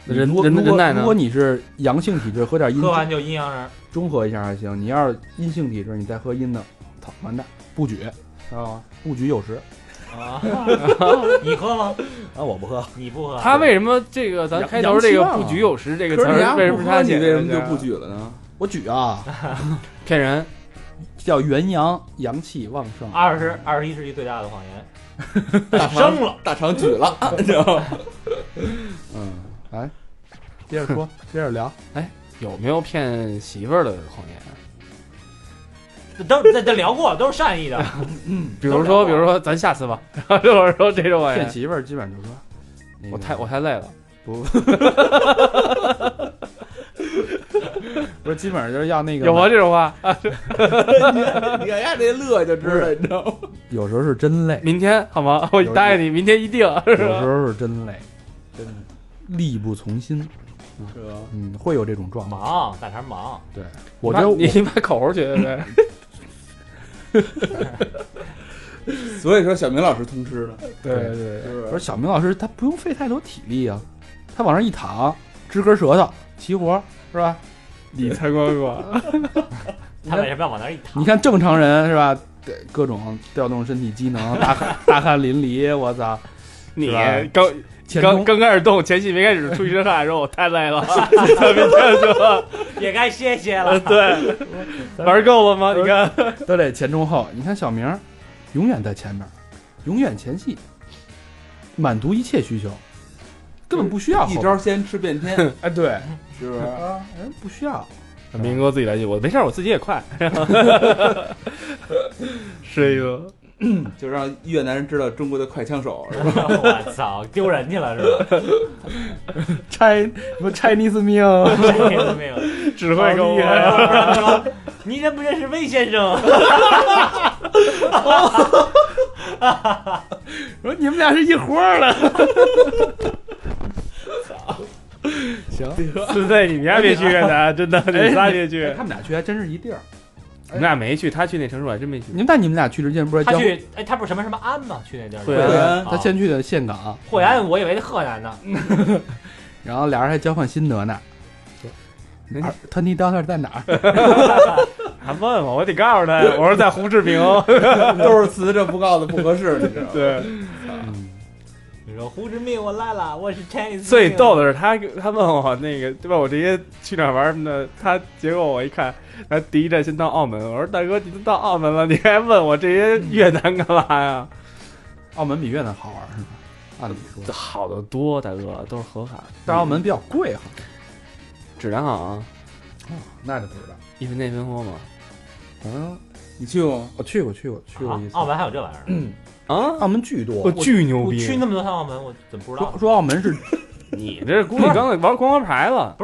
你
人
如果
人
如果
人奶呢
如果你是阳性体质，喝点阴
喝完就阴阳人，
中和一下还行。你要是阴性体质，你再喝阴的，操完蛋，不举，知道吗？不举有时。 [laughs]
啊，你喝吗？
啊，我不喝，
你不喝？
他为什么这个咱开头这个
洋气
不
旺啊
局有时这个词
可是你
儿
要
为什
不
么是
喝，
他
你
写的？
为什么就
这
不举了呢？
我举啊，
骗人？
叫元阳，阳气旺盛。
二十二十一世纪最大的谎言，
大肠
生了。
[laughs] 大肠举了，你知道吗？
[laughs] 嗯，来，接着说，接着聊。哎，
有没有骗媳妇儿的谎言？
都这这聊过，都是善意的。
比如说，比如说，咱下次吧。 [laughs] 然后就是说这种谎
骗
言，
媳妇儿基本上就说，哎那个
我太我太累了。
不是基本上就是要那个
有吗这种话？
[laughs] 你看人家这乐就知道，你知道吗？
有时候是真 [laughs] 累，
明天好吗？我
有
答应你，明天一定。
有
是
时
吧？
候是真累，真的力不从心，
是吧？
嗯，会有这种状况。
忙，大肠忙，
我觉得
你
我
你把口红学学呗。
所以说小明老师通吃了，
[laughs]
对对
是不
不
是
是小明老师，他不用费太多体力啊，他往上一躺，支根舌头，齐活是吧？
你才乖乖。
他为什么要往那儿一躺
你？看正常人是吧？对各种调动身体机能，大汗大汗淋漓，我操！
你
是吧
刚
前
刚
冲
刚开始动，前戏没开始，出一身汗，说我太累 [laughs] 了，咱明天就。
也该歇歇了
对玩够了吗？你看，
都得前中后。你看小明儿，永远在前面，永远前戏，满足一切需求，根本不需要后
一
边
招先吃遍天，是
哎，对，
不是？
啊，人不需要。
明哥自己来句，我没事儿，我自己也快。 [laughs] 是一个，
就让越南人知道中国的快枪手，
呃
是吧？
[laughs] 我操，丢人去了是
[laughs]
吧？
拆什么 Chinese [laughs] meal？
这个都没有。
只会跟我呀。
说你认不认识魏先生？
呃说你们俩是一伙儿的。行，
对对，你们家别去越南，真的，你们仨别去
哎。他们俩去还真是一地儿。
你们俩没去，他去那城市我还真没去。
你但你们俩去之前不是
他
交换
去，哎，他不是什么什么安吗？去那地儿。哦
惠
对啊
啊
安
他先去的岘港，
惠安，我以为是河南呢。
然后俩人还交换心得呢。啊
那
二 Twenty Dollar 在哪儿？
还问我，我得告诉他，我说在胡志明。
都是辞这不告的不合适，你知道吗？
对，
你说胡志明，我来了，我是 Chinese。
最逗，的是他，他问我那个，对吧？我这些去哪儿玩什么的，他结果我一看，他第一站先到澳门。我说大哥，你都到澳门了，你还问我这些越南干嘛呀？
[laughs] 澳门比越南好玩是吧？按理说，
[laughs] 好的多，大哥都是合法的，
但澳门比较贵哈。
质量好啊，
那就不知道。
一分钱一分货嘛。
嗯，
你去过吗？
我去过，去过，去过一次。
啊澳门还有这玩意儿？
啊，
澳门巨多。
巨牛
我去那么多趟澳门，我怎么不知道
说？说澳门是
你这估计刚才玩光环牌 [laughs] 了。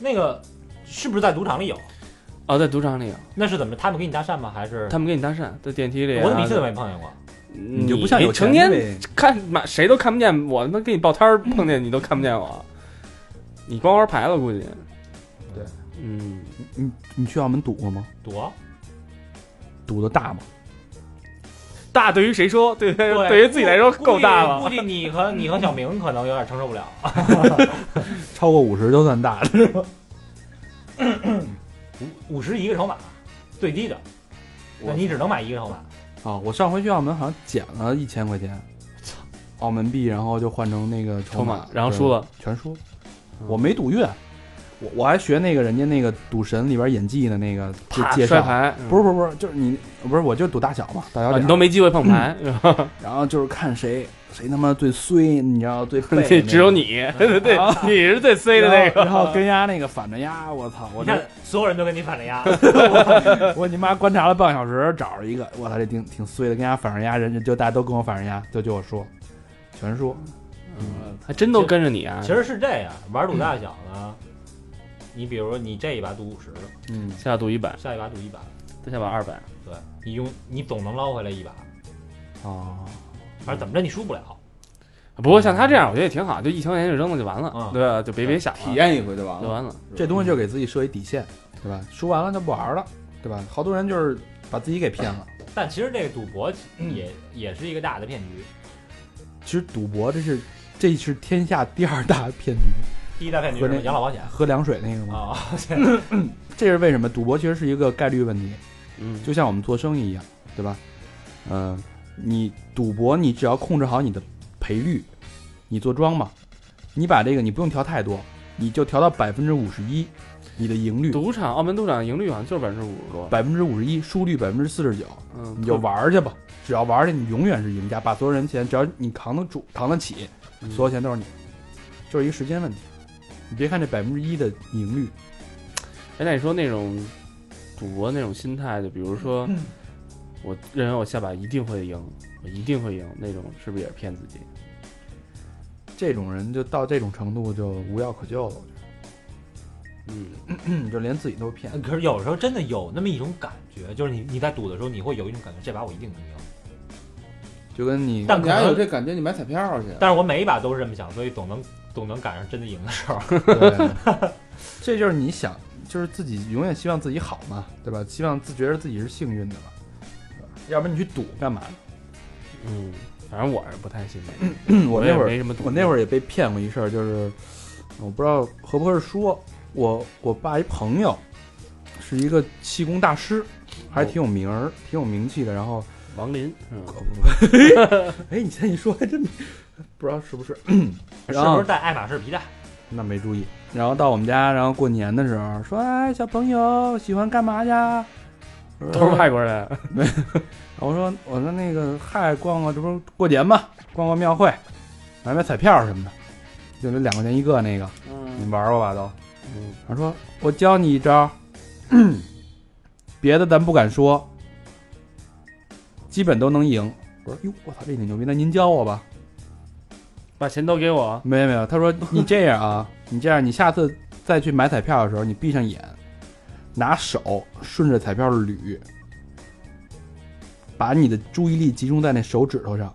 那个是不是在赌场里有？
哦，在赌场里有，
那是怎么？他们给你搭讪吗？还是
他们给你搭讪，在电梯里啊。
我怎么一次都没碰见过？
你
就不像有钱
成天
呗
看妈谁都看不见我，他妈给你报摊儿碰见你都看不见我，你光玩牌了估计。
对，
嗯，
你你去澳门赌过吗？
赌？
赌的大吗？
大对于谁说，对
对
对于自己来说够大
估
了。
计估计你和你和小明可能有点承受不了。
超过五十就算大的。
五五十一个筹码，最低的，那你只能买一个筹码。
[laughs] 啊，我上回去澳门好像捡了一千块钱，澳门币，然后就换成那个筹
筹
码
码，，然后输，了，
全输了
嗯。
我没赌运，我我还学那个人家那个赌神里边演技的那个介
啪
介
摔
绍，嗯
牌，
不是不是不是，就是你不是我就赌大小嘛，大小
啊
点
你
儿
都没机会碰牌，是吧
然后就是看谁谁他妈最衰，你知道最
[laughs]
废那
这
个，
只有你，对对，你是最衰的
然后
那个。
然后跟丫那个反着丫，我操，我
[laughs]
你
就
看，所有人都跟你反着压，
我你妈观察了半个小时，找着一个，我操，这挺挺衰的，跟人家反着压，人家就大家都跟我反着压，就就我说，全输。
嗯还真都跟着你啊！
其实是这样，玩赌大小呢。你比如说，你这一把赌五十，
嗯，
下赌一百，
下一把赌一百，
再下把二百，
对你用你总能捞回来一把，
哦，
反正怎么着你输不了。
不过像他这样，我觉得也挺好，就一千块钱就扔了就完了
嗯，
对吧？就别别想
体
了，
验一回就完
就
了。
完了。
这东西就给自己设一底线，对吧？输完了就不玩了，对吧？好多人就是把自己给骗了。
但其实这个赌博
嗯
也也是一个大的骗局，
其实赌博这是这是天下第二大骗局，
第一大骗局是什么养
[laughs]
老保险
喝凉水那个吗？
啊，
这是为什么？赌博其实是一个概率问题，
嗯，
就像我们做生意一样，对吧？嗯、你赌博，你只要控制好你的赔率，你做庄嘛，你把这个你不用调太多，你就调到百分之五十一，你的赢率
赌场澳门赌场盈率好像就是百分之五十多，
百分之五十一，输率百分之四十九，
嗯，
你就玩儿去吧。只要玩儿去，你永远是赢家，把所有人钱，只要你扛得住、扛得起，
嗯
所有钱都是你，就是一个时间问题。你别看这百分之一的赢率，
哎，那你说那种赌博那种心态，就比如说，
嗯
我认为我下把一定会赢，我一定会赢，那种是不是也是骗自己？
这种人就到这种程度就无药可救了，我觉
嗯，
得就连自己都骗。
[laughs] 可是有时候真的有那么一种感觉，就是你你在赌的时候，你会有一种感觉，这把我一定能赢。
就跟你
但
你
可
要有
能，
这感觉，你买彩票去。
但是我每一把都是这么想，所以总能总能赶上真的赢的时候。 [laughs]
对，这就是你想，就是自己永远希望自己好嘛，对吧？希望自觉得自己是幸运的嘛，对吧要不然你去赌干嘛？
嗯，反正我是不太信这个。
嗯我
也
那会
没
儿
什么赌，
我那会儿也被骗过一事儿，就是我不知道合不合适说，我我爸一朋友是一个气功大师，还挺有名儿、挺有名气的，然后
王林，嗯，
[laughs] 哎，你现在一说还真不知道是不
[clears throat]
是，
是
然后
不是带爱马仕皮带？
那没注意。然后到我们家，然后过年的时候说：“哎，小朋友喜欢干嘛啊呀？”我
都
说
是外国人，
然后我说：“我说那个嗨，逛逛，这不是过年嘛，逛逛庙会，买买彩票什么的，就那两块钱一个那个，
嗯
你玩过吧都？”
嗯，
他说：“我教你一招， [clears throat] 别的咱不敢说，基本都能赢。”我说：“哟，我操，这挺牛逼，那您教我吧。”
把钱都给我，
没有没有，他说你这样啊， [laughs] 你这样，你下次再去买彩票的时候，你闭上眼，拿手顺着彩票捋，把你的注意力集中在那手指头上。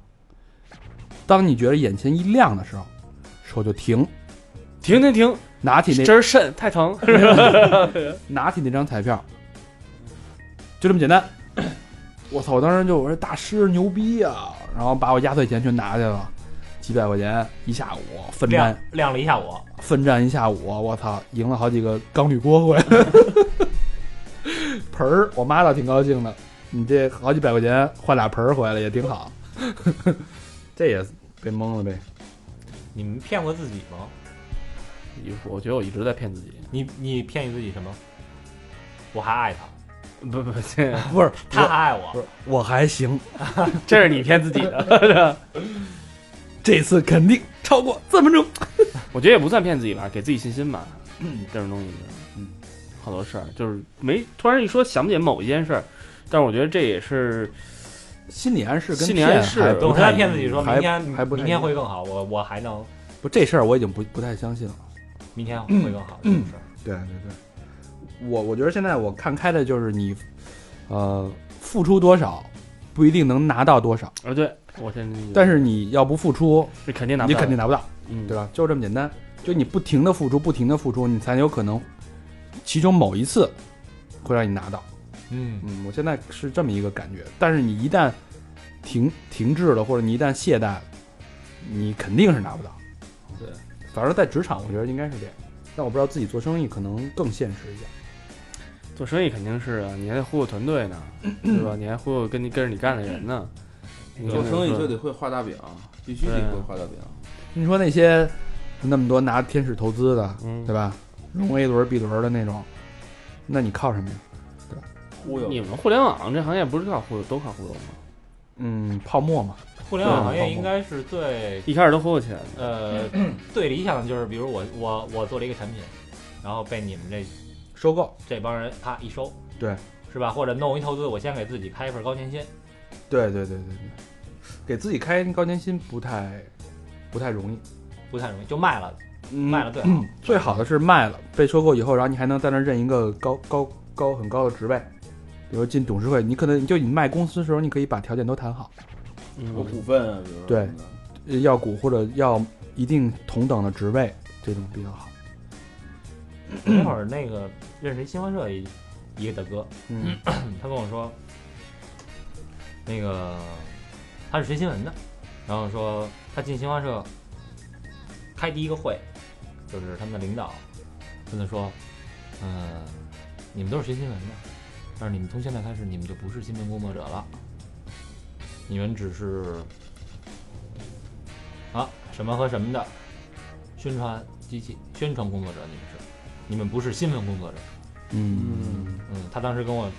当你觉得眼前一亮的时候，手就停，
停停停，
拿起那
这是肾太疼，
拿起那张彩票，就这么简单。 [coughs] 我操！我当时就我说大师牛逼啊，然后把我压岁钱全拿去了，几百块钱一下午分
亮
担
亮了一下午，
奋战一下午，我操，赢了好几个钢铝锅回来。 [laughs] 盆儿，我妈倒挺高兴的。你这好几百块钱换俩盆儿回来也挺好， [laughs] 这也被蒙了呗。
你们骗过自己吗？
我觉得我一直在骗自己，
你你骗你自己什么？我还爱他，
不不，这 [laughs]
不是，
他还爱我。
我还行，
这是你骗自己的，
这次肯定超过三分钟。
我觉得也不算骗自己吧，给自己信心吧，这种东西，
嗯，
好多事儿就是没突然一说想不起某一件事儿，但是我觉得这也是
心理暗示跟
心理暗示哎
骗还不
总是
太
在
一
骗自己说
还
明天
还不太
明天会更好，我我还能
不这事儿我已经不不太相信了。
明天会更好，是不是？
对对对，我我觉得现在我看开的就是你，呃，付出多少不一定能拿到多少，
啊，对我现在就
但是你要不付出，
这肯定拿不
你
到
肯定拿不到，
嗯
对吧？就这么简单，就你不停的付出，不停的付出，你才有可能，其中某一次会让你拿到。
嗯，
嗯，我现在是这么一个感觉，但是你一旦停停滞了，或者你一旦懈怠，你肯定是拿不到。
对，
反正在职场，我觉得应该是这样。但我不知道自己做生意可能更现实一点。
做生意肯定是啊，你还得忽悠团队呢，对吧？你还忽悠跟你跟着你干的人呢。你
嗯做
跟
生意
他说
就得会画大饼，必须得会画大饼。
你说那些那么多拿天使投资的，
嗯
对吧？融 A 轮儿 B 轮儿的那种，那你靠什么呀？
忽悠
你们互联网这行业不是靠忽悠，都靠忽悠吗？
嗯，泡沫嘛。
互联网行业应该是最
一开始都忽悠起来的，
呃最理想的就是，比如我我我做了一个产品，然后被你们这
收购，
这帮人啪一收，
对，
是吧？或者弄一投资，我先给自己开一份高年薪，
对对对对对，给自己开高年薪不太不太容易，
不太容易就卖了，
嗯
卖了最好。
最好的是卖了，被收购以后，然后你还能在那儿任一个高高高很高的职位，比如进董事会，你可能就你卖公司的时候，你可以把条件都谈好，
有
嗯，
股份啊，比如说
对
什么的
呃要股或者要一定同等的职位，这种比较好。
那会儿那个认识一新华社一一个大哥，
嗯
他跟我说，那个他是学新闻的，然后说他进新华社开第一个会，就是他们的领导跟他说，嗯、你们都是学新闻的，但是你们从现在开始你们就不是新闻工作者了，你们只是啊什么和什么的宣传机器、宣传工作者，你们是，你们不是新闻工作者。
嗯，
嗯，他当时跟我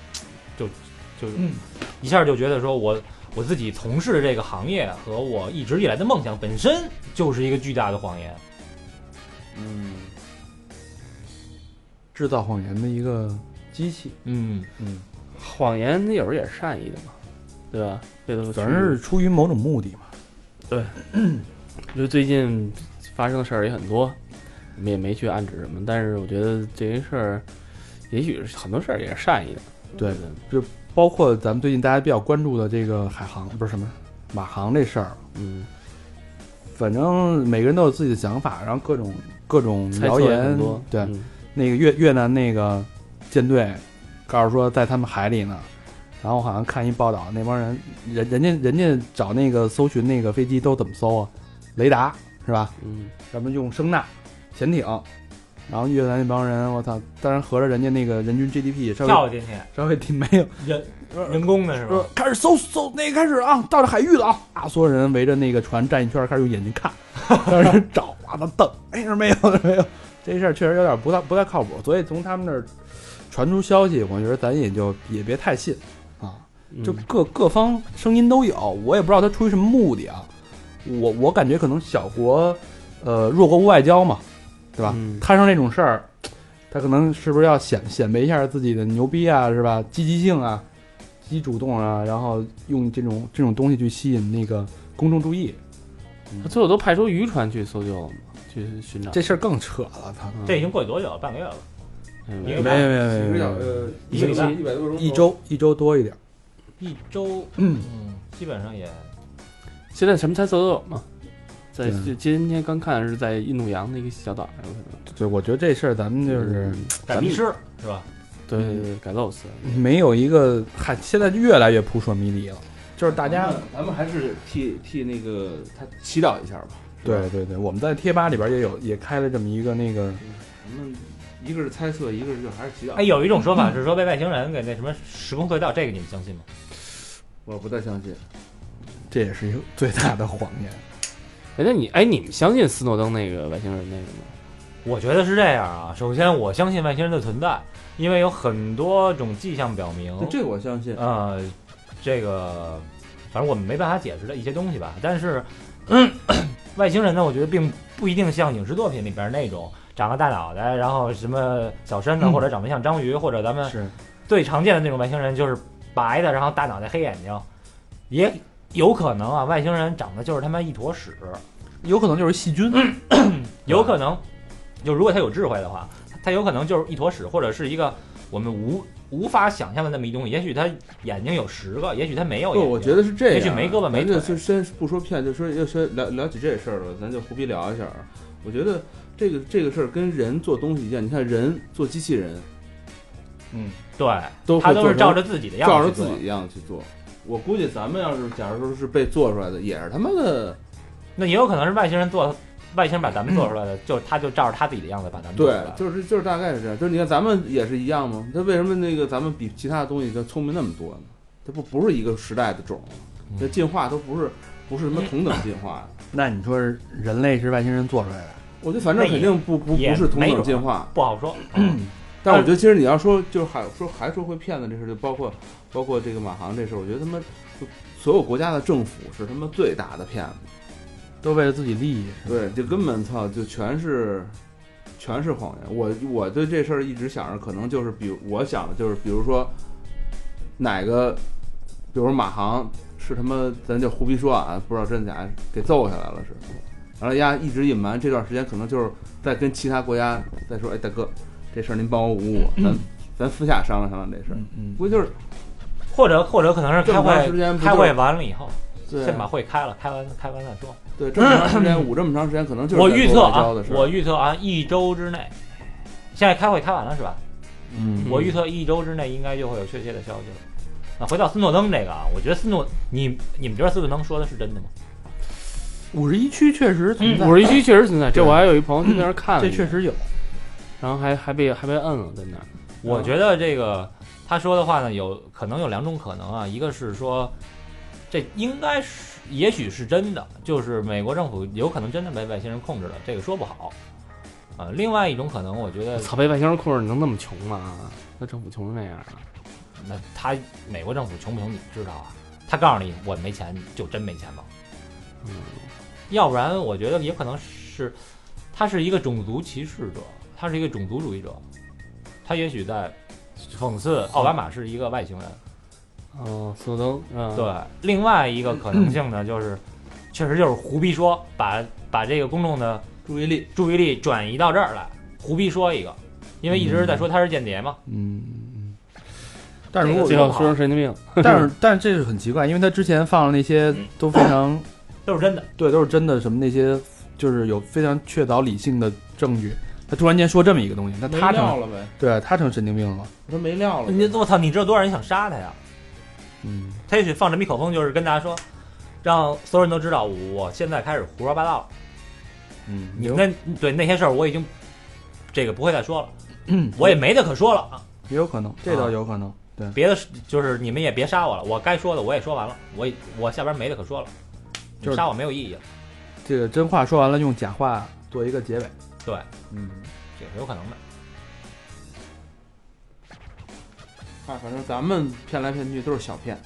就就一下就觉得说我我自己从事的这个行业和我一直以来的梦想本身就是一个巨大的谎言，
嗯，
制造谎言的一个机器。
嗯，
嗯，
谎言它有时候也是善意的嘛，对吧？这都
反正是出于某种目的嘛。
就最近发生的事儿也很多，我们也没去暗指什么，但是我觉得这些事儿，也许是很多事儿也是善意的。
对
的，
包括咱们最近大家比较关注的这个海航，不是什么马航这事儿，
嗯，
反正每个人都有自己的想法，然后各种各种
猜
谣
测也
言
很多，，
对，
嗯
那个越越南那个舰队，告诉说在他们海里呢。然后我好像看一报道，那帮人人人家人家找那个搜寻那个飞机都怎么搜啊？雷达是吧？
嗯，
咱们用声呐、潜艇，然后越南那帮人，我操！当然合着人家那个人均 GDP 也稍微
跳进去，
稍微挺没有，
人人工的是
说
吧？
开始搜搜那个开始啊，到这海域了啊！啊，所有人围着那个船站一圈，开始用眼睛看，开始找啊，那瞪，哎，这没有，这没有，这事儿确实有点不太不太靠谱，所以从他们那儿传出消息，我觉得咱也就也别太信啊，
嗯
就各各方声音都有，我也不知道他出于什么目的啊，我我感觉可能小国，呃，弱国无外交嘛，对吧？
嗯
摊上这种事儿，他可能是不是要显显摆一下自己的牛逼啊，是吧？积极性啊，积极主动啊，然后用这种这种东西去吸引那个公众注意，
他最后都派出渔船去搜救了嘛，去寻找。
这事儿更扯了，操！
嗯
这已经过去多久了？半个月了，
嗯
没
因为
有没有没有没
个小
有，
呃
一个礼拜
一百多钟头
一周一周多一点，
一周，
嗯
嗯，基本上也
现在什么猜测都有嘛。在
对
就今天刚看是在印度洋的一个小岛上，可能
对，我觉得这事儿咱们就是
改迷失是吧？
对对对，嗯改造死。
没有一个，嗨，现在越来越扑朔迷离了，就是大家
咱们咱们还是替替那个他祈祷一下吧。是吧
对，对对，我们在贴吧里边也有也开了这么一个那个，
咱们一个是猜测，一个是就还是祈祷。
哎，，有一种说法是说被外星人给那什么时空隧道，这个你们相信吗？
我不太相信。
这也是一个最大的谎言。
哎，那你哎，你们相信斯诺登那个外星人那个吗？
我觉得是这样啊。首先，我相信外星人的存在，因为有很多种迹象表明，
这我相信。
呃，这个反正我们没办法解释的一些东西吧。但是，外星人呢，我觉得并不一定像影视作品里边那种长个大脑袋，然后什么小身子，或者长得像章鱼，或者咱们
是，
最常见的那种外星人就是白的，然后大脑袋黑眼睛，也有可能啊，外星人长得就是他妈一坨屎。
有可能就是细菌。
有可能，就如果他有智慧的话，他有可能就是一坨屎，或者是一个我们无无法想象的那么一东西。也许他眼睛有十个，也许他没有
不，
眼睛。
我觉得是这样。啊
也许没胳膊没
咱就
腿
就先不说骗，就说要先聊聊起这事儿了，咱就胡逼聊一下啊。我觉得这个这个事儿跟人做东西一样，你看人做机器人，
嗯，对，
都
他
会
都
做
是
成
照着自己的样子
照着
去
自
做
己的样子去做。我估计咱们要是假如说是被做出来的，也是他妈的
那也有可能是外星人做，外星人把咱们做出来的，就他就照着他自己的样子把咱们做出
对
来了，。
就是就是大概是这样。就是你看咱们也是一样吗？他为什么那个咱们比其他的东西就聪明那么多呢？它不不是一个时代的种，这进化都不是不是什么同等进化的。
那你说人类是外星人做出来的？
我觉得反正
那也
肯定不不
也
不是同
没
等
准
进化，
不好说。
但是我觉得，其实你要说，就是还说还说会骗子这事儿，就包括包括这个马航这事儿，我觉得他妈就所有国家的政府是他妈最大的骗子，
都为了自己利益。
对，就根本操，就全是全是谎言。我我对这事儿一直想着，可能就是比如我想的就是，比如说哪个，比如说马航是他妈，咱就胡逼说啊，不知道真假，给揍下来了是。然后丫一直隐瞒这段时间，可能就是在跟其他国家在说，哎，大哥，这事儿您帮我捂捂，咱咱私下商量商量这事儿。
嗯，
估计就是
或者或者可能是开
这么长时间
会
不就
开会完了以后，
对
先把会开了，开完开完再说。
对这么长时间捂这么长时间，可能就是
我预测
在
啊
做外交的，事儿
我预测啊，一周之内，现在开会开完了是吧？
嗯
我预测一周之内应该就会有确切的消息了。啊，回到斯诺登这个啊，我觉得斯诺，你你们觉得斯诺登说的是真的吗？
五十一区确实存在，
五十一区确实存在，这我还有一朋友去那儿看了
这
一眼，
确实有。
然后还还被还被摁了在那儿。
我觉得这个他说的话呢，有可能有两种可能啊，一个是说这应该是也许是真的，就是美国政府有可能真的被外星人控制了，这个说不好。啊，另外一种可能，我觉得
我操，被外星人控制，你能那么穷吗？啊那政府穷成那样啊？
那他美国政府穷不穷你知道啊？他告诉你我没钱就真没钱吗？
嗯，
要不然我觉得也可能是他是一个种族歧视者，他是一个种族主义者，他也许在讽刺奥巴马是一个外星人。
哦，速登，嗯，，
对，另外一个可能性呢，就是 [coughs] 确实就是胡逼说，把把这个公众的
注意力
注意力转移到这儿来，胡逼说一个，因为一直在说他是间谍嘛。
嗯，但是如
最
果
后说成神经病，
但是但是这是很奇怪，因为他之前放的那些都非常 [coughs]
都是真的，
对，都是真的，什么那些就是有非常确凿理性的证据，他突然间说这么一个东西，那
没
他
料
成
了呗，
对啊他成神经病了，
他没料了呗。
你我操，你知道多少人想杀他呀？
嗯，
他也许放这么一口风，就是跟大家说，让所有人都知道我现在开始胡说八道了。
嗯，
你那对那些事儿我已经这个不会再说了，我也没得可说了啊。
也嗯有可能，这倒有可能，对，
别的事就是你们也别杀我了，我该说的我也说完了，我我下边没得可说了，
就是
你杀我没有意义了，
这个真话说完了，用假话做一个结尾，
嗯，
这个是有可能的。
啊，反正咱们骗来骗去都是小骗，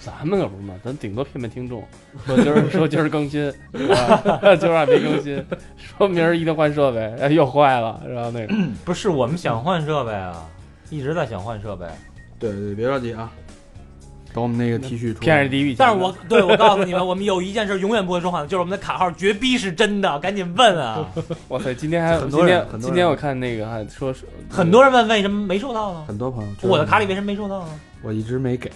咱们可不是嘛，咱顶多骗骗听众，说今儿 [laughs] 说今儿更新，是吧？ [laughs] 今儿还没更新，说明儿一定换设备，哎，又坏了，然后那个，
不是我们想换设备啊，一直在想换设备，
对对，别着急
[laughs]
啊，等我们那个 T 恤出来
骗是地狱，
但是我对我告诉你们，我们有一件事永远不会说谎，就是我们的卡号绝逼是真的，赶紧问 [laughs] 啊！
哇塞，今天还
很
今
多人
天
很多人
今天我看那个还说是
很多人问为什么没收到呢？
很多朋友圈，
我的卡里为什么没收到呢？
我一直没给，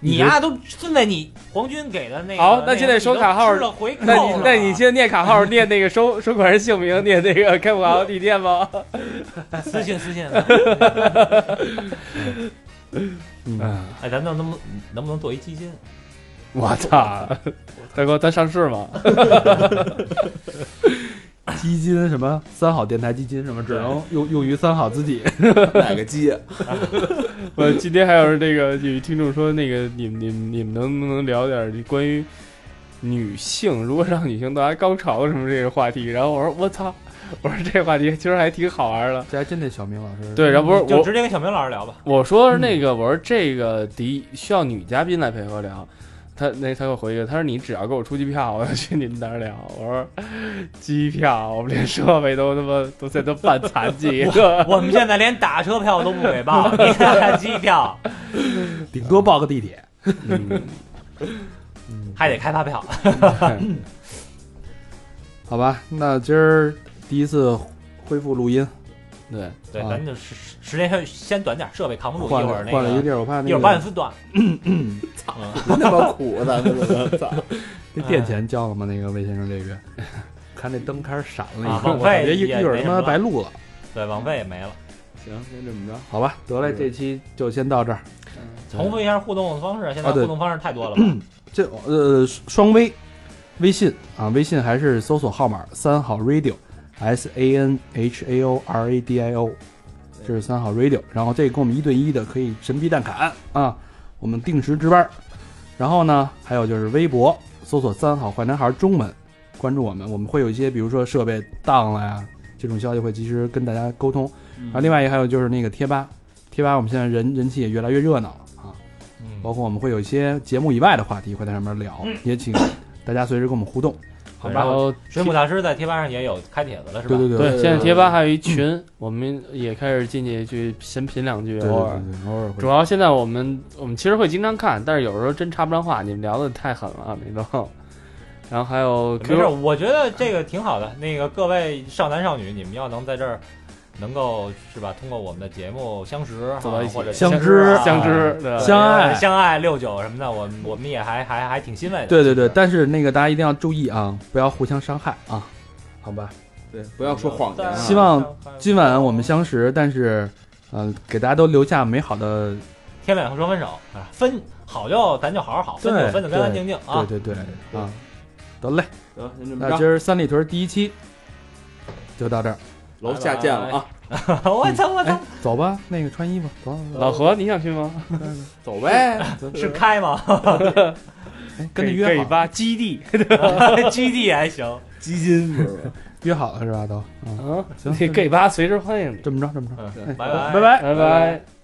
你
呀、
呀、都顺在你黄军给的那个，
好
那
那现在
个
收卡号
你都吃了回扣
那你
了
那你现在念卡号，念那个收收款人姓名，念那个开户行，你念吗？
[laughs] 私信私信，
嗯，
哎，咱能能不能不能做一基金？
我操，大哥，咱上市吗？
基金什么三好电台基金什么，只能用用于三好自己，
哪个鸡啊？
我呃今天还有这个有一听众说，那个你们你们你们能不能聊点儿关于女性，如何让女性到达高潮什么这个话题？然后我说我操， [laughs] 我说这话题其实还挺好玩儿的。
这还真得小明老师
对，然后不是
嗯就
我
直接跟小明老师
[laughs]
聊吧。
我说那个，我说这个得需要女嘉宾来配合聊。他那他给我回一个，他说你只要给我出机票，我要去你们那儿聊。我说机票，我们连设备都他妈都现在都办残疾，
我们现在连打车票都不给报，你看看机票
顶多报个地铁，
嗯
还得开发票。
好吧？那今儿第一次恢复录音，
[laughs] 对，
对，
啊
咱就时时时间先先短点，设备扛不住，
换
哦一会儿
了
那
换了一
个
地儿，我怕
一会
那
儿八点
个
四断。操！
那么苦，啊咱 [laughs] 们操！
那
嗯
电钱交了吗？那个 [laughs] 魏先生这月，看那灯开始闪了，
啊
一会儿我
网费
感觉一一
也
会儿
没
他妈
什么
白录了，
对，网费也没了。
行，先这么着。
好吧？得嘞，这期就先到这儿。
重复一下互动方式，现在
啊对
互动方式太多了吧？
这呃双微，微信啊，微信还是搜索号码三好 radio，S A N H A O R A D I O，这是三好 radio。然后这跟我们一对一的可以神逼蛋砍啊，我们定时值班。然后呢，还有就是微博搜索“三好坏男孩”中文，关注我们，我们会有一些比如说设备当了呀这种消息会及时跟大家沟通。然后另外一个还有就是那个贴吧，贴吧我们现在人人气也越来越热闹了啊。
嗯，
包括我们会有一些节目以外的话题会在上面聊，也请大家随时跟我们互动，好
然
吧？
后
水母大师在贴吧上也有开帖子了，是吧？
对对对
对，
对
现在贴吧还有一群， [clears throat] 我们也开始进去去闲品两句，
对，
偶尔。
对偶尔
主
会。
要现在我们我们其实会经常看，但是有时候真插不上话，你们聊的太狠了，你知道吗。然后还有
没事，
Q，
我觉得这个挺好的。那个各位少男少女，你们要能在这儿能够是吧，通过我们的节目相识啊
走到一起
或者
相
相
知
啊
相知，对吧
相爱
相爱六九什么的，我我们也还还还挺欣慰的。
对对对，但是那个大家一定要注意啊，不要互相伤害啊，好吧？
对，不要说谎言啊。
希望今晚我们相识，但是，呃，给大家都留下美好的，
天亮以后说分手啊，分好就咱就好好好，分
对
就分的干干净净啊。
对对对啊，得嘞，
得，先这么
那今
着。
儿三里屯第一期就到这儿，
楼下见了啊，
我操我
哎
操，，
走吧，那个穿衣服，走，走
老何，你想去吗？
走呗。
是开吗？
哎跟你
可以
约
可以
好，
吧，基地。
[laughs] 基地
[laughs]
还行，
基金不是吧？
约好了是吧？都，嗯，
啊，
行
给吧随时欢迎你，
这么着，这么着。
嗯
哎
拜拜
拜拜。
拜拜。